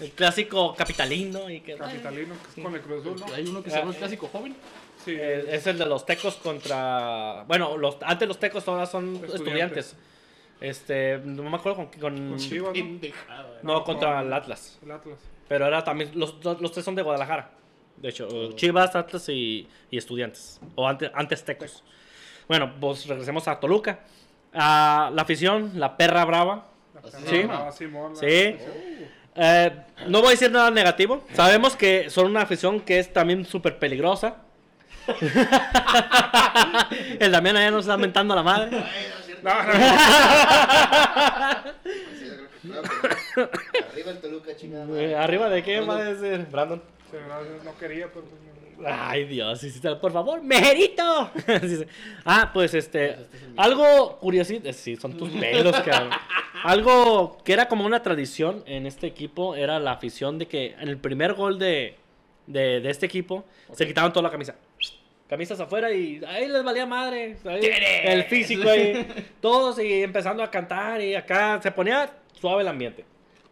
el clásico capitalino y que...
capitalino, que es con el Cruz Azul, ¿no?
Hay uno que se llama el clásico joven.
Sí,
Eh, es el de los tecos contra. Bueno, los, antes los tecos ahora son
Estudiantes.
estudiantes. Este, no me acuerdo con. con-
con Chivas, ¿no?
Pendejada,
no,
no,
contra
con-
el Atlas.
el Atlas.
Pero era también. Los, los, los tres son de Guadalajara. De hecho, eh, Chivas, Atlas y, y Estudiantes. O antes, antes tecos. Bueno, pues regresemos a Toluca. A la afición, la perra brava.
La
Sí.
Perra, Simón, la-
Sí. Eh, no voy a decir nada negativo. Sabemos que son una afición que es también súper peligrosa. *laughs* El Damián allá nos está mentando la madre.
Ay, no es cierto.
No, no, no.
Sí, yo creo que- claro que no. Arriba el Toluca, chingada.
Eh,
madre.
¿Arriba de qué va a decir Brandon?
Sí, no, no quería, pero pues, no.
Ay, Dios, hiciste- por favor, mejerito. *laughs* Sí, sí. ah, pues este. Algo curiosito. eh, Sí, son tus pelos, cabrón. Algo que era como una tradición en este equipo era la afición de que en el primer gol de, de, de este equipo se quitaban toda la camisa. Camisas afuera y ahí les valía madre. ahí, el físico ahí. Todos y empezando a cantar y acá se ponía suave el ambiente.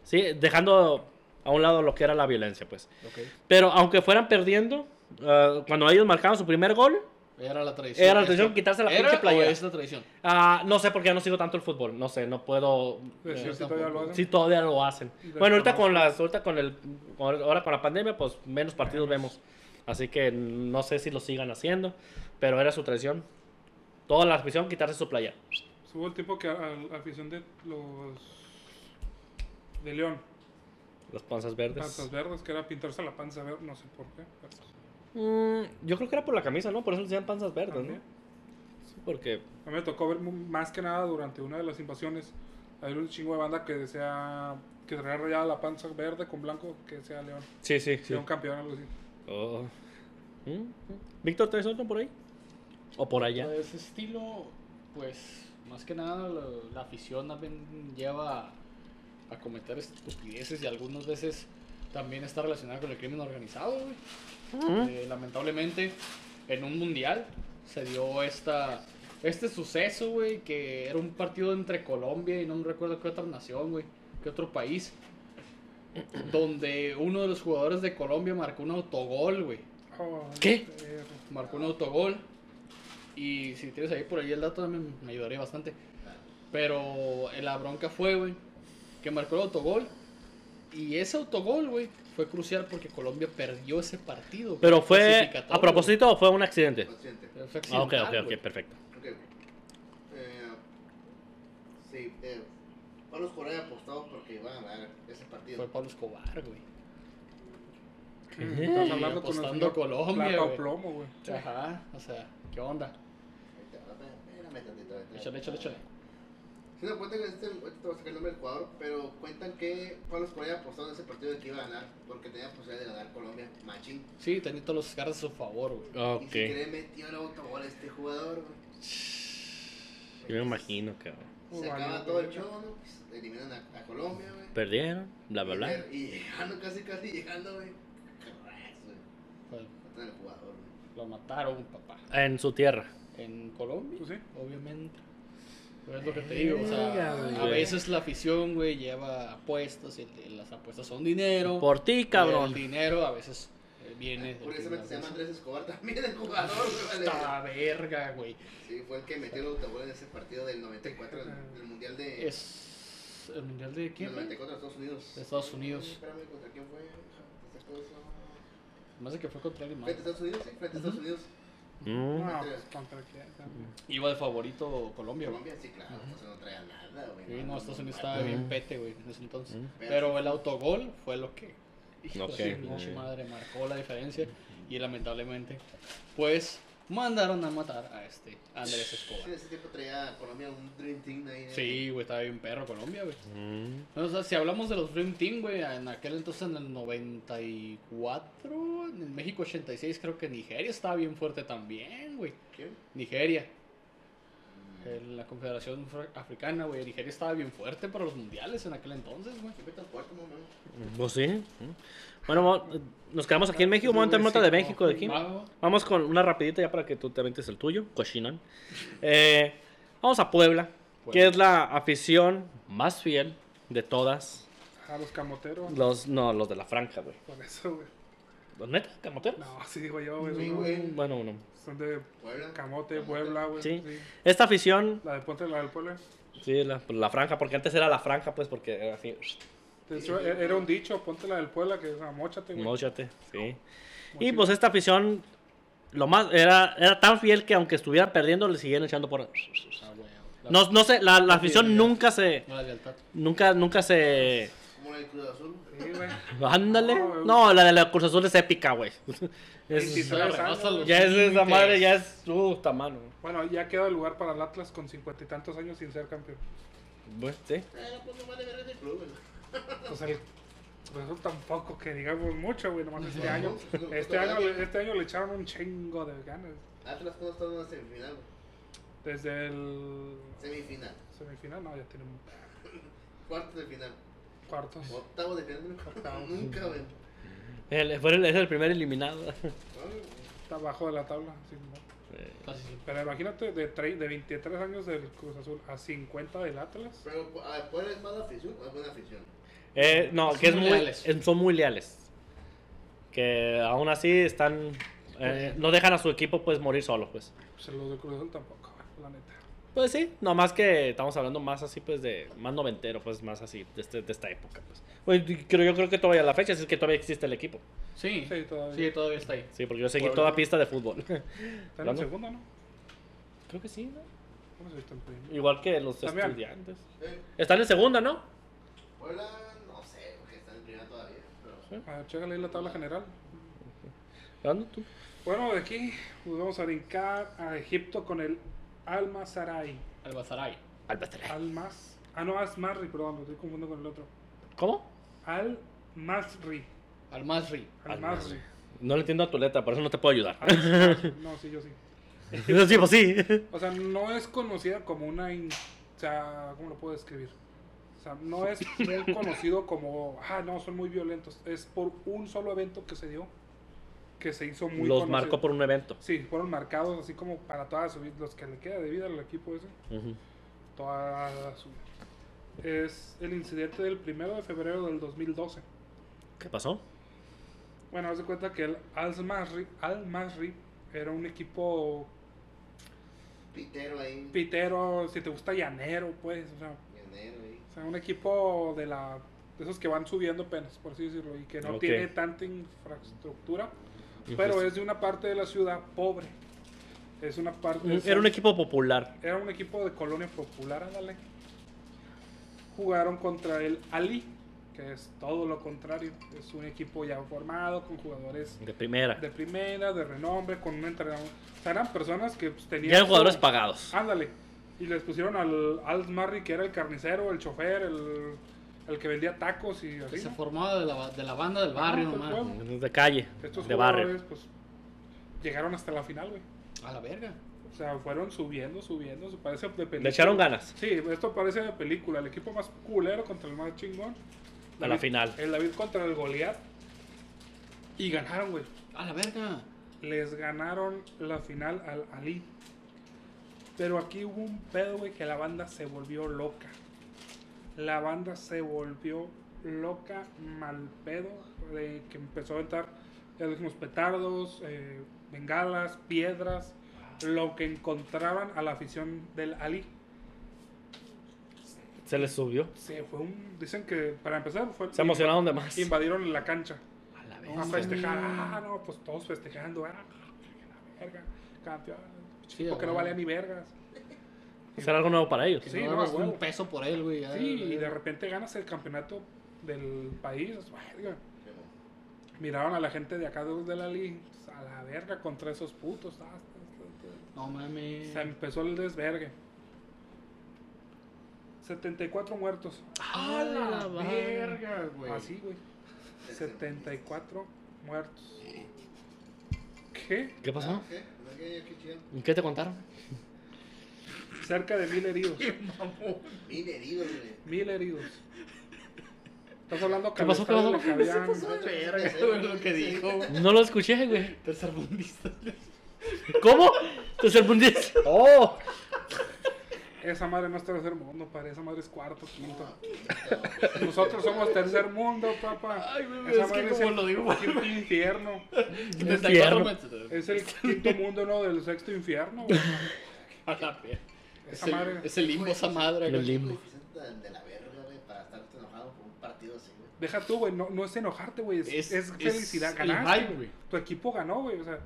Sí, dejando a un lado lo que era la violencia, pues.
Ok.
Pero aunque fueran perdiendo, ah, cuando ellos marcaban su primer gol,
Era la tradición.
Era la tradición,
Esta-
quitarse la
¿Era
pinche playera.
o Es la tradición.
ah, no sé porque ya no sigo tanto el fútbol, no sé, no puedo
Pues Sí,
eh,
sí, todavía lo hacen.
si todavía lo hacen. Bueno, ahorita con las ahorita con el con- ahora con la pandemia, pues menos partidos vemos. Así que no sé si lo sigan haciendo, pero era su tradición. Toda la afición quitarse su playa.
Hubo el tipo que a, a la afición de los. de León,
Las panzas verdes.
panzas verdes, que era pintarse la panza verde, no sé por qué. pero-
Mm, yo creo que era por la camisa, ¿no? Por eso le decían panzas verdes, ¿no?
También.
Sí, porque
A mí me tocó ver mu- más que nada durante una de las invasiones. Había un chingo de banda que decía que traía rayada la panza verde con blanco, que sea León.
sí, sí, sí.
León campeón, algo así.
Oh. Mm, mm. Víctor, ¿traes otro por ahí? ¿O por allá?
De ese estilo, pues, más que nada lo- la afición también lleva a cometer estupideces y algunas veces también está relacionada con el crimen organizado, güey. Eh, lamentablemente, en un mundial se dio esta, este suceso, güey, que era un partido entre Colombia y no me recuerdo qué otra nación, güey, qué otro país, donde uno de los jugadores de Colombia marcó un autogol, güey.
Oh,
¿Qué?
perro.
Marcó un autogol. Y si tienes ahí por ahí el dato, también me ayudaría bastante. Pero eh, la bronca fue, güey, que marcó el autogol. Y ese autogol, güey, fue crucial porque Colombia perdió ese partido. güey,
Pero fue
clasificatorio,
a propósito o fue un accidente.
Consciente.
güey. Fue
Ah, ok,
accidental,
ok,
güey.
ok, perfecto.
Ok. Eh, sí, eh, Pablo Correa apostó porque iban a ganar ese
Fue
partido.
Pablo Escobar, güey.
Estás hablando con el
Apostando
señor
Colombia,
Plata o
güey.
plomo, güey.
Ajá, o sea, ¿qué onda?
Espérame tantito, espérame.
Échale, échale, échale.
Se dan cuenta que este, ahorita te voy a sacar el nombre del jugador, pero cuentan que Pablo Correa apostó en ese partido de que iba a ganar porque tenía posibilidad de ganar Colombia, machín.
Sí, tenía todos los cartas a su favor, güey.
Y si
Ok.
quiere metió el autogol a este jugador, güey.
Yo me imagino que
Se
Oh,
acaba
vale,
todo el
verga.
show, ¿no? Pues, eliminan a, a Colombia, güey.
perdieron, bla, bla, bla.
Y llegando, casi, casi llegando, güey. Correas, güey.
Pues,
Matan al jugador, güey.
lo mataron, papá.
En su tierra.
En Colombia,
Pues sí.
obviamente. Pero es lo que te digo, o sea,
Verga, güey.
a veces la afición, güey, lleva apuestas, y el- las apuestas son dinero.
Por ti,
El
cabrón.
dinero a veces eh, viene.
Curiosamente se llama
Andrés.
Andrés Escobar *laughs* también, el jugador, güey. vale.
Ah, verga, güey.
Sí, fue el que metió el autogol en ese partido del 94, del, del Mundial de...
Es el mundial de quién?
del
güey?
94 de Estados Unidos.
De Estados Unidos.
Ay, Espérame, ¿contra quién fue? ¿Te sacó eso?
Más de que fue contra alguien más.
Frente a Estados Unidos, sí, frente a Estados Unidos.
Mm.
No, pues contra quién también.
Iba de favorito Colombia, güey.
Colombia, sí, claro, pues no traía nada, güey.
Sí, no, Estados Unidos estaba
Ujú.
bien pete, güey, en ese entonces.
Ujú.
Pero el autogol fue lo que. hijo de
Ok.
su pinche madre, marcó la diferencia. Y lamentablemente, pues, mandaron a matar a este Andrés
Sí,
Escobar.
ese tiempo traía Colombia un Dream Team ahí. ¿eh?
Sí, güey, estaba bien perro Colombia, güey.
Mm.
No, O sea, si hablamos de los Dream Team, güey, en aquel entonces, en el 94, en el México 86, creo que Nigeria estaba bien fuerte también, güey.
¿Quién?
Nigeria. En la Confederación Fra- Africana, güey. Nigeria estaba bien fuerte para los mundiales en aquel entonces, güey.
Siempre tan fuerte, mamá.
Pues sí. mm. Bueno, mo- nos quedamos aquí en México. Vamos a entrar nota de México de aquí.
Ah,
Vamos con una rapidita ya para que tú te aventes el tuyo, Cochinan. Eh, vamos a Puebla, que
Puebla.
es la afición más fiel de todas.
A los camoteros.
Los, no, los de la franja, güey.
Por eso, güey.
¿Los netos camoteros?
No, sí digo yo,
Pues
güey.
Sí,
no.
güey.
Bueno, no.
Son de
Puebla.
Camote, Puebla, güey.
Sí.
Sí.
Esta afición,
La de Ponte, la del Puebla.
sí, la, la franja, porque antes era la franja, pues, porque era así,
De hecho, e- era un dicho, ponte la del Puebla, que es amóchate, güey.
móchate, sí. Y
Mochila.
pues esta afición, lo más, era, era tan fiel que aunque estuviera perdiendo, le seguían echando por...
güey. Ah, La-
No, no sé, la, la afición
fidelidad.
nunca se,
No la lealtad.
nunca, nunca se...
Como en el Cruz Azul.
Sí, güey.
Ándale.
No,
No, la de la Cruz Azul es épica,
*laughs*
güey. Es-
Sí, sí, sí.
ya es esa madre, ya es uh, su tamaño.
Bueno, ya queda el lugar para el Atlas con cincuenta y tantos años sin ser campeón.
Bueno, sí.
Eh, no, pues no vale ver el club, güey.
O sea, por eso tampoco que digamos mucho, güey, nomás este año.
No, no,
Este
no,
año,
no.
le- este año le echaron un chingo de ganas.
Atlas cuando está en una semifinal, güey.
Desde el
Semifinal.
semifinal, no, ya tienen
Cuartos de final.
cuartos.
Octavo de final.
Octavo.
Nunca, güey.
El- fue el- es el primer eliminado. *laughs*
Está abajo de la tabla. sí, no. Pero imagínate, de, tre- de 23 años del Cruz Azul a 50 del Atlas.
Pero, a ver, ¿cuál es mala afición o es buena afición?
Eh, no, que es
Son
muy,
muy leales.
es- son muy leales. Que aún así están... eh, no dejan a su equipo pues morir solo, pues.
Pues los del Cruz Azul tampoco, güey, la neta.
Pues sí, nomás que estamos hablando más así pues de... Más noventero, pues más así, de, este- de esta época, pues. Bueno, y creo, yo creo que todavía a la fecha, es que todavía existe el equipo.
Sí,
Sí, todavía.
sí, todavía está ahí.
Sí, porque yo seguí
Puebla.
toda pista de fútbol. *laughs*
Está en
¿Hablando?
el segundo, ¿no?
creo que sí, ¿no?
¿Cómo se está en primero?
Igual que los
También.
estudiantes.
Eh,
Están en segunda, ¿no?
Puebla, no sé, porque está en primera todavía. Pero
A ver, chécale ahí la tabla general.
¿Dónde tú?
Bueno, de aquí nos vamos a brincar a Egipto con el Alma Sarai.
Albazaray.
Almas. Ah, no, Asmarri, perdón, lo estoy confundiendo con el otro.
¿Cómo?
Al Masri.
Almazri.
Al Masri.
No le entiendo a tu letra, por eso no te puedo ayudar.
No, sí, yo *laughs* sí.
Eso sí, pues *laughs* sí.
O sea, no es conocida como una. in- O sea, ¿cómo lo puedo describir? O sea, no es
*laughs*
muy conocido como. Ah, no, son muy violentos. Es por un solo evento que se dio. Que se hizo muy
Los
conocido.
marcó por un evento.
Sí, fueron marcados así como para toda su vida. Los que le queda de vida al equipo ese.
Ujú.
Toda su Es el incidente del primero de febrero del 2012.
¿Qué pasó?
Bueno, haz de cuenta que el Al-Masri era un equipo
Pitero ahí.
pitero, si te gusta llanero, pues, o sea,
Pionero ahí.
o sea, un equipo de la de esos que van subiendo apenas, por así decirlo, y que no
Ok.
tiene tanta infraestructura, pero es de una parte de la ciudad pobre. Es una parte de
Era un equipo popular.
era un equipo de colonia popular, ándale. Jugaron contra el Ali, que es todo lo contrario, es un equipo ya formado con jugadores
De primera.
de primera, de renombre, con un entrenador. O sea, eran personas que pues, tenían.
Ya eran jugadores
su-
pagados.
Ándale. Y les pusieron al Al Marri, que era el carnicero, el chofer, el, el que vendía tacos y
Que
así.
se
¿no?
formaba de la, de la banda del barrio
Ah, pues,
nomás.
bueno.
De calle.
Estos
De
jugadores,
barrio.
pues, llegaron hasta la final, güey.
A la verga.
O sea, fueron subiendo, subiendo. Se parece de
Le
película.
echaron ganas.
Sí, esto parece de película. El equipo más culero contra el más chingón.
A la final.
El David contra el Goliath. Y ganaron, güey.
A la verga.
les ganaron la final al Ali. Pero aquí hubo un pedo, güey, que la banda se volvió loca. La banda se volvió loca, mal pedo, de que empezó a entrar ya dijimos, petardos, eh, bengalas, piedras, lo que encontraban a la afición del Ali.
Se les subió.
Se fue un. Dicen que para empezar fue.
Se emocionaron de más.
Invadieron la cancha.
A la
a
verga.
festejar. Ah, no, pues todos festejando. Ah, que la verga. Campeón.
Sí,
porque no
güey.
valía ni vergas.
Será algo nuevo para ellos.
Que
Sí,
no
no,
dabas
huevo.
un peso por él, güey. ya,
Sí, y de
verga.
repente ganas el campeonato del país. verga.
Pero,
pues, Miraron a la gente de acá de de la liga. A la verga contra esos putos. ah,
No mames.
Se empezó el desvergue. 74 muertos.
¡A la verga, güey! *laughs*
Así, güey.
Desde-
74 muertos. ¿Qué?
¿Qué pasó?
¿Qué? ¿Verdad que yo qué chido?
¿Qué te contaron?
Cerca de
*laughs*
mil heridos.
Mil heridos, güey.
Mil heridos. Estás hablando que
¿Qué pasó?
al estado
¿Qué
*laughs*
pasó?
le cabían-
Verga, güey, lo que dijo.
No lo escuché, güey.
Tercermundista. *laughs*
¿Cómo? ¿Te sorprendiste? ¡Oh!
Esa madre no es tercer mundo, para esa madre es cuarto, quinto.
No, quinto.
Nosotros somos tercer mundo, papá.
Ay, güey,
Esa
es que
madre
como lo digo,
el quinto infierno.
infierno.
Es el quinto mundo, no, del sexto infierno. güey.
*laughs* A la verga. Es
Esa
el-
madre.
Es el limbo esa madre,
El
güey.
limbo.
Siéntate De la verga, güey, para estar enojado por un partido así, güey.
Deja tú, güey, no, no es enojarte, güey, es, es felicidad.
es el
Ganaste,
hype, güey.
Tu equipo ganó, güey. O sea,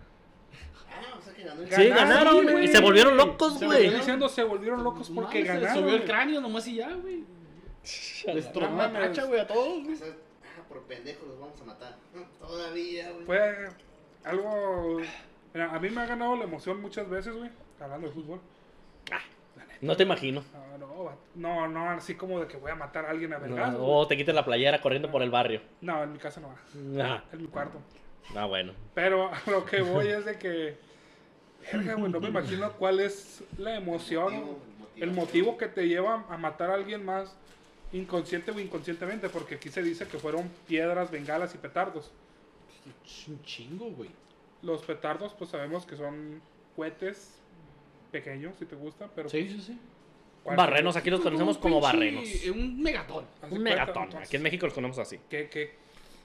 Ah, o sea que ganó el
Sí,
Ganaron,
ganaron, güey.
güey.
Y se volvieron locos,
Se
estoy
güey.
volvieron-
diciendo se volvieron locos
No
porque
mames, se les
ganaron.
subió el
güey.
cráneo nomás y ya, güey. Les tronó la
mames.
tacha, güey, a todos,
O
güey.
sea, ah, por pendejo los vamos a matar. Mm, Todavía, güey.
Fue algo. Mira, a mí me ha ganado la emoción muchas veces, güey. Hablando de fútbol.
No te imagino.
Ah, no, va- no, no, así como de que voy a matar a alguien a vergas.
No,
güey.
o te quitas la playera corriendo por el barrio.
No, en mi casa no va.
Ah,
En mi cuarto.
ah, bueno.
Pero *laughs* a lo que voy es de que. Verga, güey, no me imagino cuál es la emoción, el motivo que te lleva a matar a alguien más inconsciente o inconscientemente, porque aquí se dice que fueron piedras, bengalas y petardos.
Es un chingo, güey.
Los petardos, pues sabemos que son cohetes pequeños, si te gustan, pero.
Sí, sí, sí.
¿cuál-
Barrenos, aquí los conocemos como
Un pinche- eh,
barrenos.
Un megatón.
Hace
Un
cuenta,
megatón.
entonces,
Aquí en México los conocemos así.
¿qué- qué-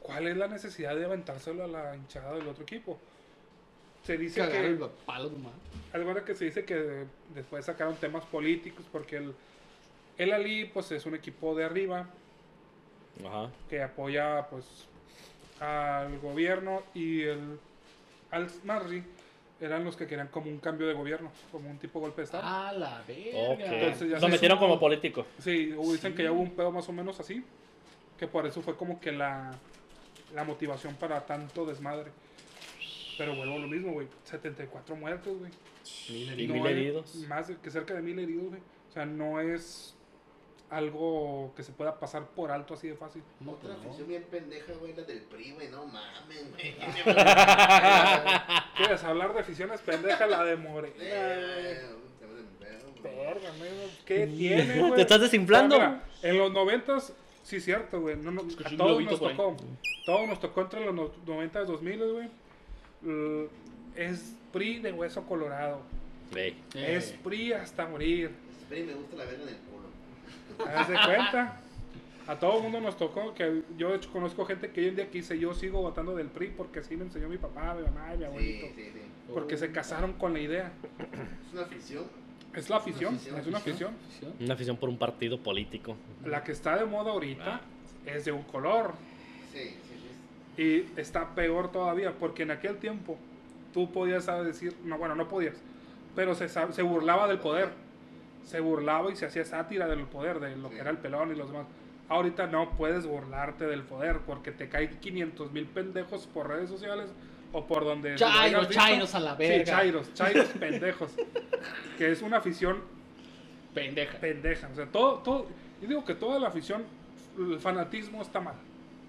cuál es la necesidad de aventárselo a la hinchada del otro equipo? Se dice
Cagar
que.
el palo nomás.
Algo era que se dice que después sacaron temas políticos porque el, el Ali pues es un equipo de arriba
Ajá.
que apoya pues al gobierno y el Al Marri eran los que querían como un cambio de gobierno, como un tipo golpe de estado.
A la
Ok.
verga.
ya
Lo
se
metieron
supo.
como político.
Sí, o dicen
Sí.
que ya hubo un pedo más o menos así, que por eso fue como que la, la motivación para tanto desmadre. Pero vuelvo a lo mismo, güey. 74 muertos, güey.
Y
No eh.
mil
hay
heridos.
Más de- que cerca de mil heridos, güey. O sea, no es algo que se pueda pasar por alto así de fácil.
No,
Otra
no.
afición bien pendeja, güey, la del PRI, güey. No mames,
*laughs*
güey. Eh,
¿Quieres hablar de aficiones pendeja? La de Morena. güey.
Eh, se me desempeo, güey.
Verga, güey, ¿Qué tiene,
*laughs*
güey?
Te estás desinflando.
O sea, mira, en los noventas, sí, cierto, güey. No, no,
Escuché
a
un
todos
globito
nos
por ahí.
tocó. Todos nos tocó entre los no- noventas y dos miles, güey. L- Es PRI de hueso colorado.
Ey.
Eh,
Es PRI hasta morir.
Ese PRI me gusta la verga en el culo.
Haz de cuenta. A todo mundo nos tocó que yo de hecho conozco gente que hoy en día que dice yo sigo votando del PRI porque así me enseñó mi papá, mi mamá y mi abuelito.
Sí, sí, sí.
Porque se casaron con la idea.
Es una afición.
Es la afición,
afición,
es una afición.
Una afición por un partido político.
La que está de moda ahorita es de un color.
Sí, sí, sí.
Y está peor todavía porque en aquel tiempo tú podías saber decir, no, bueno, no podías, pero se, sa- se burlaba del poder. Se burlaba y se hacía sátira del poder, de lo que
Sí.
era el pelón y los demás. Ahorita no puedes burlarte del poder porque te caen 500 mil pendejos por redes sociales o por donde...
Chairo,
lo hayas visto.
chairos a la
Sí,
verga. *laughs*
chairos, chairos pendejos. que es una afición
Pendeja.
pendeja. O sea, todo, todo... Yo digo que toda la afición, el fanatismo está mal.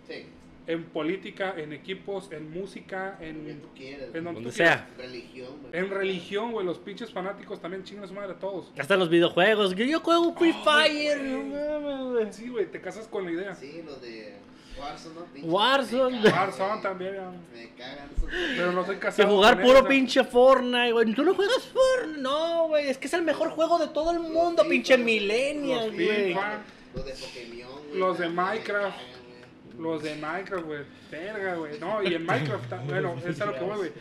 Sí.
En política, en equipos, en música,
Lo que
en
tú quieras.
en
güey.
donde
Donde
tú quieras.
sea.
Religión, güey.
Mm. En religión, güey, los pinches fanáticos también chingan a su madre a todos.
Hasta en los videojuegos. Yo, yo juego Free
Ay,
Fire.
güey.
no mames, güey.
Sí, güey, te casas con la idea.
Sí, los de Warzone, ¿no? Pinche-
Warzone.
me cagan,
Warzone
güey.
también, ya.
Me cagan esos.
pero no soy
Que
casado.
jugar
con
puro
ellos,
pinche Fortnite, güey. Tú no juegas Fortnite. No, güey. Es que es el mejor juego de todo el mundo,
FIFA,
pinche
güey.
Millennial,
Los
güey.
FIFA.
Los de Pokémon, güey.
Los de
también me
Minecraft.
cagan, güey.
Los de Minecraft, güey. Verga, güey. No,
*laughs*
y en Minecraft, ta- bueno, eso es a lo que voy, güey.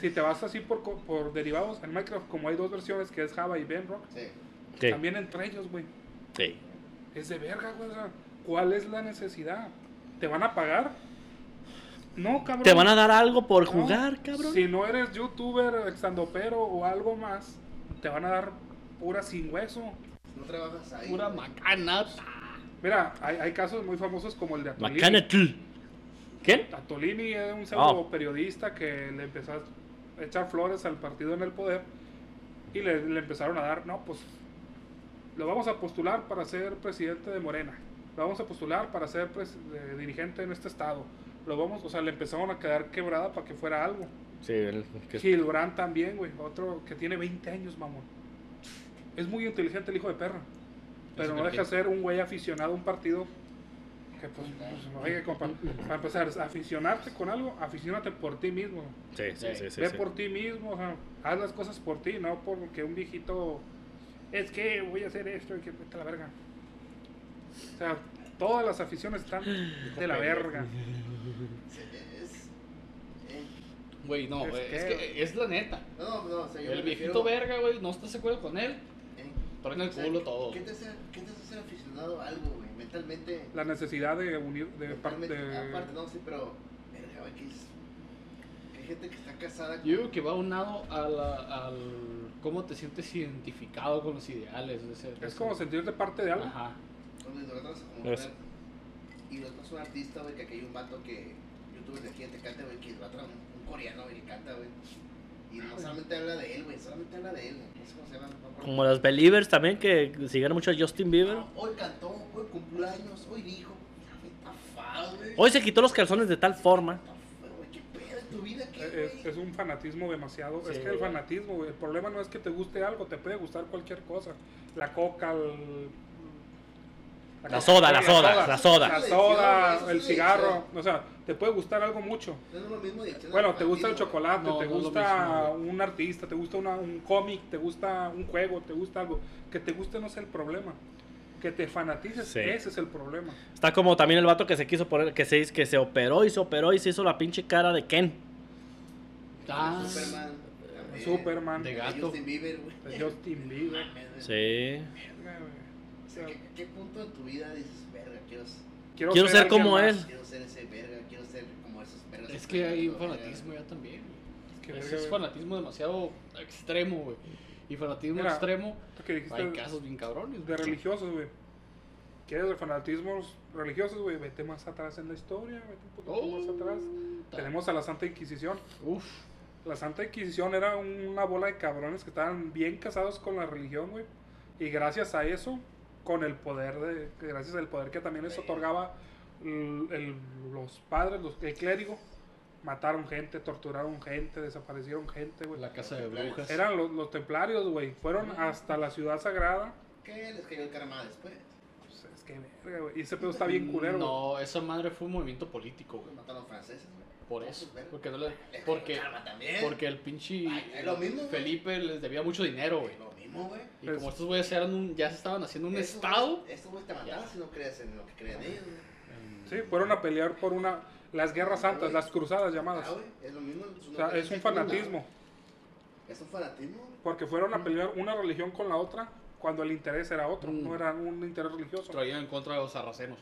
Si te vas así por, co- por derivados, en Minecraft, como hay dos versiones, que es Java y Benrock,
Sí.
Sí,
también entre ellos, güey.
sí.
Es de verga, güey. o sea, ¿cuál es la necesidad? ¿Te van a pagar? No, cabrón.
Te van a dar algo por
No,
jugar, cabrón.
Si no eres youtuber, estandopero o algo más, te van a dar pura sin hueso.
No trabajas ahí.
Pura
güey.
macanata.
Mira, hay, hay casos muy famosos como el de Atolini.
Macana tú. ¿Quién?
Atolini
Ah.
era un pseudo periodista que le empezó a echar flores al partido en el poder Y le, le empezaron a dar, no, pues lo vamos a postular para ser presidente de Morena. Lo vamos a postular para ser pres- eh, dirigente en este estado. Lo vamos, o sea, le empezaron a quedar quebrada para que fuera algo.
Sí, el- que-
Gilbrand también, güey. Otro que tiene 20 años, mamón. Es muy inteligente el hijo de perra. Pero no deja ser un güey aficionado a un partido que, pues, pues, no hay que compa- Para empezar, aficionarte con algo, aficionate por ti mismo.
sí, sí, sí, sí,
Ve
sí.
por ti mismo, o sea, haz las cosas por ti, no porque un viejito es que voy a hacer esto y que vete a la verga. O sea, todas las aficiones están de la verga.
Es- eh,
Güey, no,
Es
güey,
que-
es que es la neta.
no, no, o sea, yo me
El viejito
refiero-
verga, güey, no estás de acuerdo con él.
eh,
Pero en el
o sea,
culo
¿qué-
todo.
¿Qué te hace, qué te hace ser aficionado a algo, güey? Mentalmente.
La necesidad de unir, de parte
mentalmente Aparte, no, sí, pero. Verga, güey, que es. que Hay gente que está casada con.
Yo digo que va unado a la- al cómo te sientes identificado con los ideales. de ese- de
Es
ese-
como sentirte parte de algo.
Ajá.
Cuando idolatras a como
No es-
mujer. Y lo es un artista, güey, que aquí hay un vato que youtuber de aquí te canta, güey, que idolatra a un, un coreano, güey, que canta, güey. Y no solamente habla de él, güey, solamente habla de él, güey. No sé cómo se llama. no me acuerdo.
Como los Believers también, que siguen mucho a Justin Bieber.
Ah, hoy cantó, hoy cumplió años, hoy dijo. Ya, güey, está fao, güey.
Hoy se quitó los calzones de tal forma.
Está feo, güey, qué pedo en tu vida, qué,
Es,
güey.
es un fanatismo demasiado. es que el fanatismo, güey, el problema no es que te guste algo, te puede gustar cualquier cosa. La coca, el-
La soda, la soda, la soda.
La
Adicción,
soda,
güey,
el
eso sí,
cigarro. O sea, te puede gustar algo mucho.
No es lo mismo adicción
Bueno,
al
te gusta el
fanatismo, güey.
chocolate,
No, no
te
es lo
gusta
mismo,
un artista, te gusta una- un cómic, te gusta un juego, te gusta algo. Que te guste no es el problema. Que te fanatices,
Sí.
ese es el problema.
Está como también el vato que se quiso poner, que se, que se operó y se operó y se hizo la pinche cara de Ken.
Ah,
Superman. también.
Superman,
de
de
gato.
Justin Bieber, güey.
Justin Bieber.
Mames, güey.
Sí.
Verga, güey.
O sea, ¿qué, qué punto de tu vida dices, verga, quiero,
Quiero ser
alguien
como
más.
él.
quiero ser ese verga, quiero ser como esos vergas?
Es que hay
Verga.
fanatismo ya también. güey.
Que
Ese
verga,
es
güey.
fanatismo demasiado extremo, güey. Y fanatismo
Mira,
extremo,
Esto que dijiste
hay casos bien cabrones,
de
güey.
religiosos, güey. ¿Quieres de fanatismos religiosos, güey? Vete más atrás en la historia, vete un poquito
Oh,
más atrás.
ta-
Tenemos a la Santa Inquisición.
Uf,
La Santa Inquisición era una bola de cabrones que estaban bien casados con la religión, güey. Y gracias a eso, con el poder de, gracias al poder que también les otorgaba l- el- los padres, los, el clérigo, mataron gente, torturaron gente, desaparecieron gente, güey.
la casa de brujas.
Eran los, los templarios, güey. Fueron
Mm.
hasta la ciudad sagrada.
¿Qué les cayó el karma después?
Pues, es que verga, güey. Y ese pedo está bien culero, güey.
Mm, No, esa madre fue un movimiento político,
Los
güey.
mataron franceses, güey.
Por
Todos
eso.
esos vergas.
Porque no le-
Les cayó
Porque,
el karma también.
porque el pinche
Ay, es lo mismo, güey.
Felipe les debía mucho dinero, güey.
Es lo mismo, güey.
Y
Pues-
como estos güeyes eran un- ya se estaban haciendo un
Esos
estado.
güeyes- Estos güeyes te mataron si no crees en lo que creen ellos, güey.
Sí, fueron a pelear por una. Las guerras santas, las cruzadas llamadas.
Ah, güey, es lo mismo. es
O
una-
sea, es un fanatismo.
Es un fanatismo, güey.
Porque fueron
Mm.
a pelear una religión con la otra cuando el interés era otro. No era un interés religioso.
traían en contra de los sarracenos,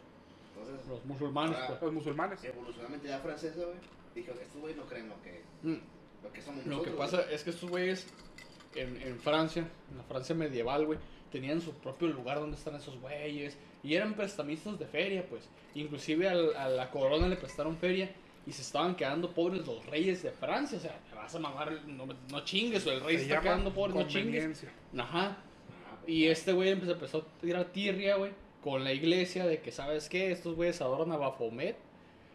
Entonces,
los musulmanes,
Ah.
pues.
Los musulmanes.
evolucionalmente la francesa, güey, dijo que estos güeyes no creen lo que,
Mm.
lo que somos
Lo
nosotros.
que pasa es que estos güeyes en, en Francia, en la Francia medieval, güey, tenían su propio lugar donde están esos güeyes. Y eran prestamistas de feria, pues. Inclusive al- a la corona le prestaron feria y se estaban quedando pobres los reyes de Francia. O sea, te vas a mamar, no, no chingues, o el rey
Se
se está
llama
quedando pobre, no chingues.
conveniencia.
Ajá.
Ah, güey.
Y este güey empezó, empezó a tirar tirria, güey, con la iglesia de que, ¿sabes qué? Estos güeyes adoran a Bafomet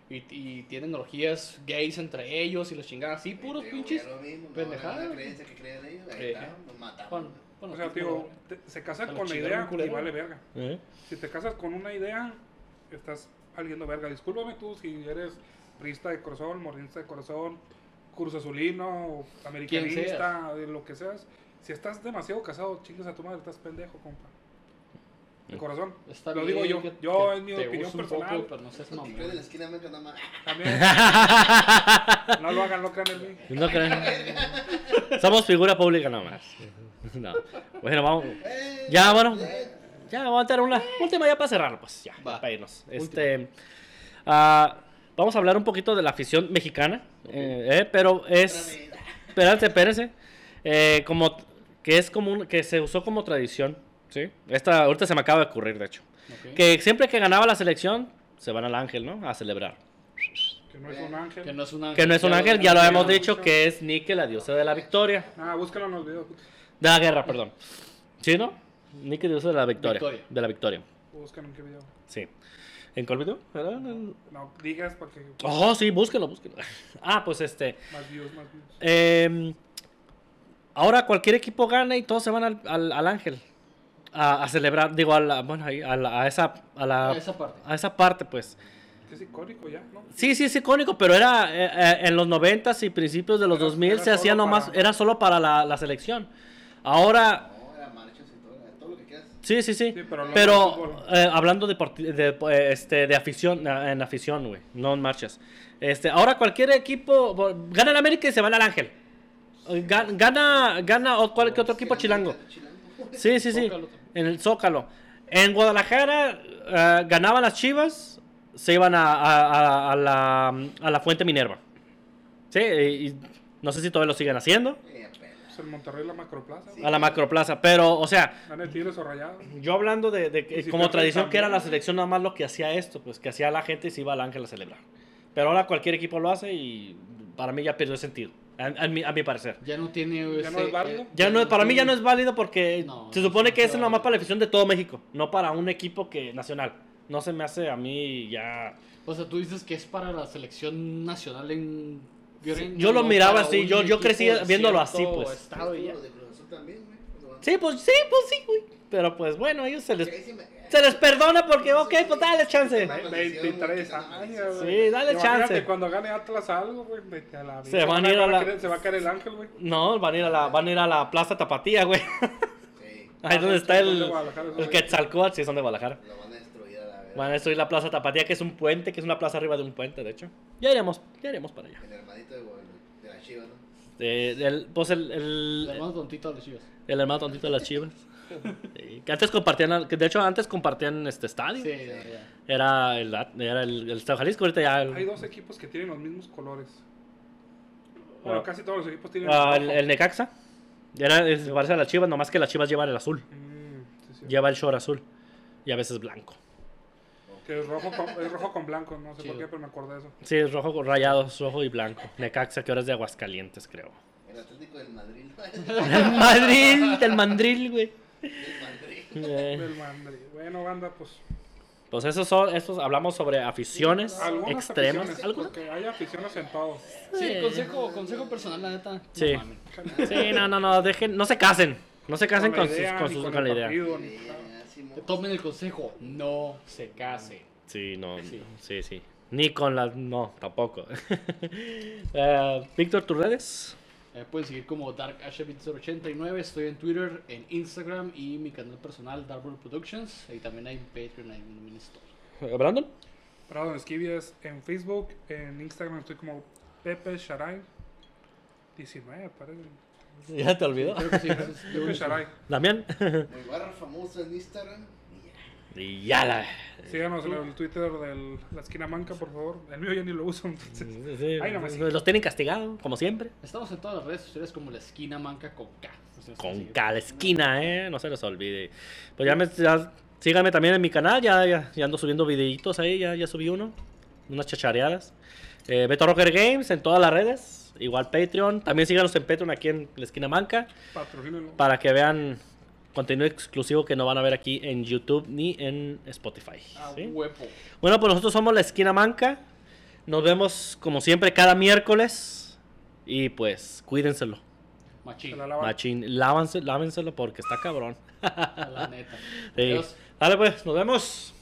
y, y tienen orgías gays entre ellos y los chingadas así, puros
Te digo,
pinches.
ya lo mismo, no,
pendejadas.
la creencia que creen ellos, ahí
Eh,
está, nos matamos.
Bueno,
O sea,
tipo,
digo, te- se casan
a lo
con la
chingado,
idea y
culero.
vale verga.
¿Eh?
Si te casas con una idea, estás saliendo verga. Discúlpame tú si eres priista de corazón, morinista de corazón, curso azulino, americanista, de lo que seas. Si estás demasiado casado, chingas a tu madre, estás pendejo, compa. De
Mm.
corazón.
está
lo
bien
digo yo.
que-
Yo,
que
en mi
te
opinión
guste un
personal,
poco, pero no seas
Los que creen en la
mamón.
esquina me andan mal.
También. no lo hagan, no crean en mí.
No
*laughs*
creen. Somos figura pública nomás. *laughs* No. Bueno, vamos.
Eh,
Ya, bueno.
eh,
Ya, vamos a dar una última ya para cerrar, pues. Ya,
Va.
para irnos. Este, ah, vamos a hablar un poquito de la afición mexicana. eh, eh, pero es.
espérame.
Espérate, espérese. Eh, como que es común, que se usó como tradición. ¿sí? Esta ahorita se me acaba de ocurrir, de hecho.
Ok.
Que siempre que ganaba la selección, se van al ángel, ¿no? A celebrar.
Que no es un ángel.
Que no es un ángel.
Que no es un
Ya lo-
ángel, ya lo
ya
hemos
lo
dicho,
hemos dicho.
que es Nike, la diosa de la victoria.
Ah, búscalo en los videos.
De la guerra, perdón. ¿Sí, no? Nicky Dios de la victoria.
Victoria.
De la victoria,
Buscan en qué video.
sí. ¿En cuál video? Era en el-
No, digas para que
Oh, sí, búsquenlo, búsquenlo. *laughs* Ah, pues este.
más views, más views.
eh, ahora cualquier equipo gana y todos se van al, al- al ángel. A, a celebrar, digo, a la, bueno, ahí, a, la- a esa, a, la,
A Ah, esa parte.
a esa parte, pues.
Es icónico ya, ¿no?
Sí, sí, es icónico, pero era eh, eh, en los 90 y principios de los
Era-
2000
era
se hacía
solo
nomás,
para-
era solo para la, la selección. Ahora,
No, era marchas y todo, todo lo que quieras.
sí, sí, sí.
Sí,
pero
pero no de fútbol.
eh, hablando de, parti- de, eh, este, de afición, eh, en afición, güey, no en marchas. Este, ahora cualquier equipo bo- gana el América y se van al Ángel. Eh, ga- Gana, gana o cualquier otro equipo chilango.
*laughs*
Sí, sí, sí.
Zócalo también.
En el Zócalo. En Guadalajara eh, ganaban las Chivas, se iban a, a- a- a la, a la Fuente Minerva. Sí, y, y no sé si todavía lo siguen haciendo.
Eh, apenas.
Pues el Monterrey, la macroplaza.
Sí.
A la Macroplaza. Pero, o sea,
Van el Tigres o Rayados.
yo hablando de, de que
Y si
como
pierden
tradición que era la
también.
selección, nada más lo que hacía esto, pues que hacía la gente y se iba al Ángel a celebrar. Pero ahora cualquier equipo lo hace y para mí ya perdió sentido, a- a mi- a mi parecer.
Ya no tiene. eh,
¿Ya no es válido?
Ya no, es- para mí ya no es válido porque
No,
se
no,
supone
no
que
se
es
vale.
nomás para la afición de todo México, no para un equipo que nacional. No se me hace a mí ya.
O sea, tú dices que es para la selección nacional en.
yo lo
no
miraba
para
así,
un
yo- yo
equipo
crecí
de
viéndolo
cierto
así, pues.
estado y ya.
Los de Cruz Azul también, güey. Cuando van-
Sí, pues sí, pues sí, güey. Pero pues bueno, ellos se
Que ahí
les,
sí me-
se les perdona porque, ok, pues dale chance.
Maldición,
23
güey,
años,
Sí, dale
Imagínate
chance.
cuando gane Atlas algo, güey. vete a la
Se
vida.
van a ir a la-
querer- Se va a caer el ángel, güey.
No, van a ir a la, van a ir a la Plaza Tapatía, güey. *laughs*
Sí,
Ahí
Ah,
donde
sí,
está
son de
el,
Guadalajara, son
el
de-
Quetzalcóatl, sí, son de Guadalajara.
lo van a destruir a la verga.
Van a destruir la Plaza Tapatía, que es un puente, que es una plaza arriba de un puente, de hecho. Ya iremos, ya iremos para allá.
El hermanito de, Guadalu- de la Chiva, ¿no?
Eh, el- pues el-
El
el,
hermano tontito de los chivas.
El hermano tontito de las chivas. Sí, que antes compartían, que de hecho antes compartían este estadio.
Sí, ya, ya.
Era el era el, el Estado Jalisco, ahorita ya
Hay
el,
dos equipos que tienen los mismos colores.
Ah.
Bueno, casi todos los equipos tienen.
ah, el,
rojo.
el Necaxa. Era, es- se parece a las chivas, nomás que las chivas llevan el azul.
Mm, sí, sí.
Lleva el short azul. Y a veces blanco.
Que es rojo, con, es rojo con blanco, no sé
Sí.
por qué, pero me acordé de eso.
Sí, es rojo con rayados, rojo y blanco. Necaxa, que ahora es de Aguascalientes, creo. *laughs*
El Atlético del Madrid.
El Madrid, del mandril, güey.
El Madrid.
Eh,
Del Madrid. Bueno, banda, pues.
pues esos son, estos hablamos sobre aficiones
Algunas
extremas.
aficiones,
¿Alguna?
Porque hay aficiones en todos.
Sí,
Sí.
consejo, consejo personal, la neta.
Sí.
No mames.
Sí, no, no, no, dejen, no se casen. No se casen
la
con, sus-
idea,
con
ni
sus-
con
con la
el
idea.
partido, ni-
Eh, Simón.
Que Tomen el consejo, no se case.
Sí, no,
Sí.
sí, sí. Ni con las... No, tampoco. *laughs* Eh, Víctor, ¿tus redes?
Eh, pueden seguir como Dark 89 Estoy en Twitter, en Instagram y mi canal personal, Dark World Productions. Ahí también hay un Patreon, hay un mini store.
Eh, ¿Brandon?
Brandon Esquivias en Facebook, en Instagram estoy como Pepe Sharay 19, parece.
*laughs* ¿Ya te olvidó?
Creo que *laughs* sí, eso es-
Pepe Sharay.
¿Damián?
Muy barra famosa en Instagram. Y ya.
y ya la...
Síganos en el Twitter de la esquina manca, por favor. El mío ya ni lo uso, entonces.
Sí,
Ay, no me sigas.
los tienen castigados, como siempre.
Estamos en todas las redes sociales como la esquina manca con K. Ustedes
Con
siguen.
cada esquina, ¿eh? No se los olvide. Pues ya me... ya- síganme también en mi canal. Ya, ya, ya ando subiendo videitos ahí. Ya, ya subí uno. Unas chachareadas. Eh, Beto Rocker Games en todas las redes. Igual Patreon. También síganos en Patreon aquí en la esquina manca.
Patrocínenlo.
para que vean contenido exclusivo que no van a ver aquí en YouTube ni en Spotify.
A
¿sí?
huevo.
Bueno, pues nosotros somos la esquina manca. Nos vemos como siempre cada miércoles. Y pues cuídenselo.
Se
Machín,
la
la,
lavan.
Machín, lávenselo, lávenselo porque está cabrón.
neta.
Sí.
Adiós.
Dale pues, nos vemos.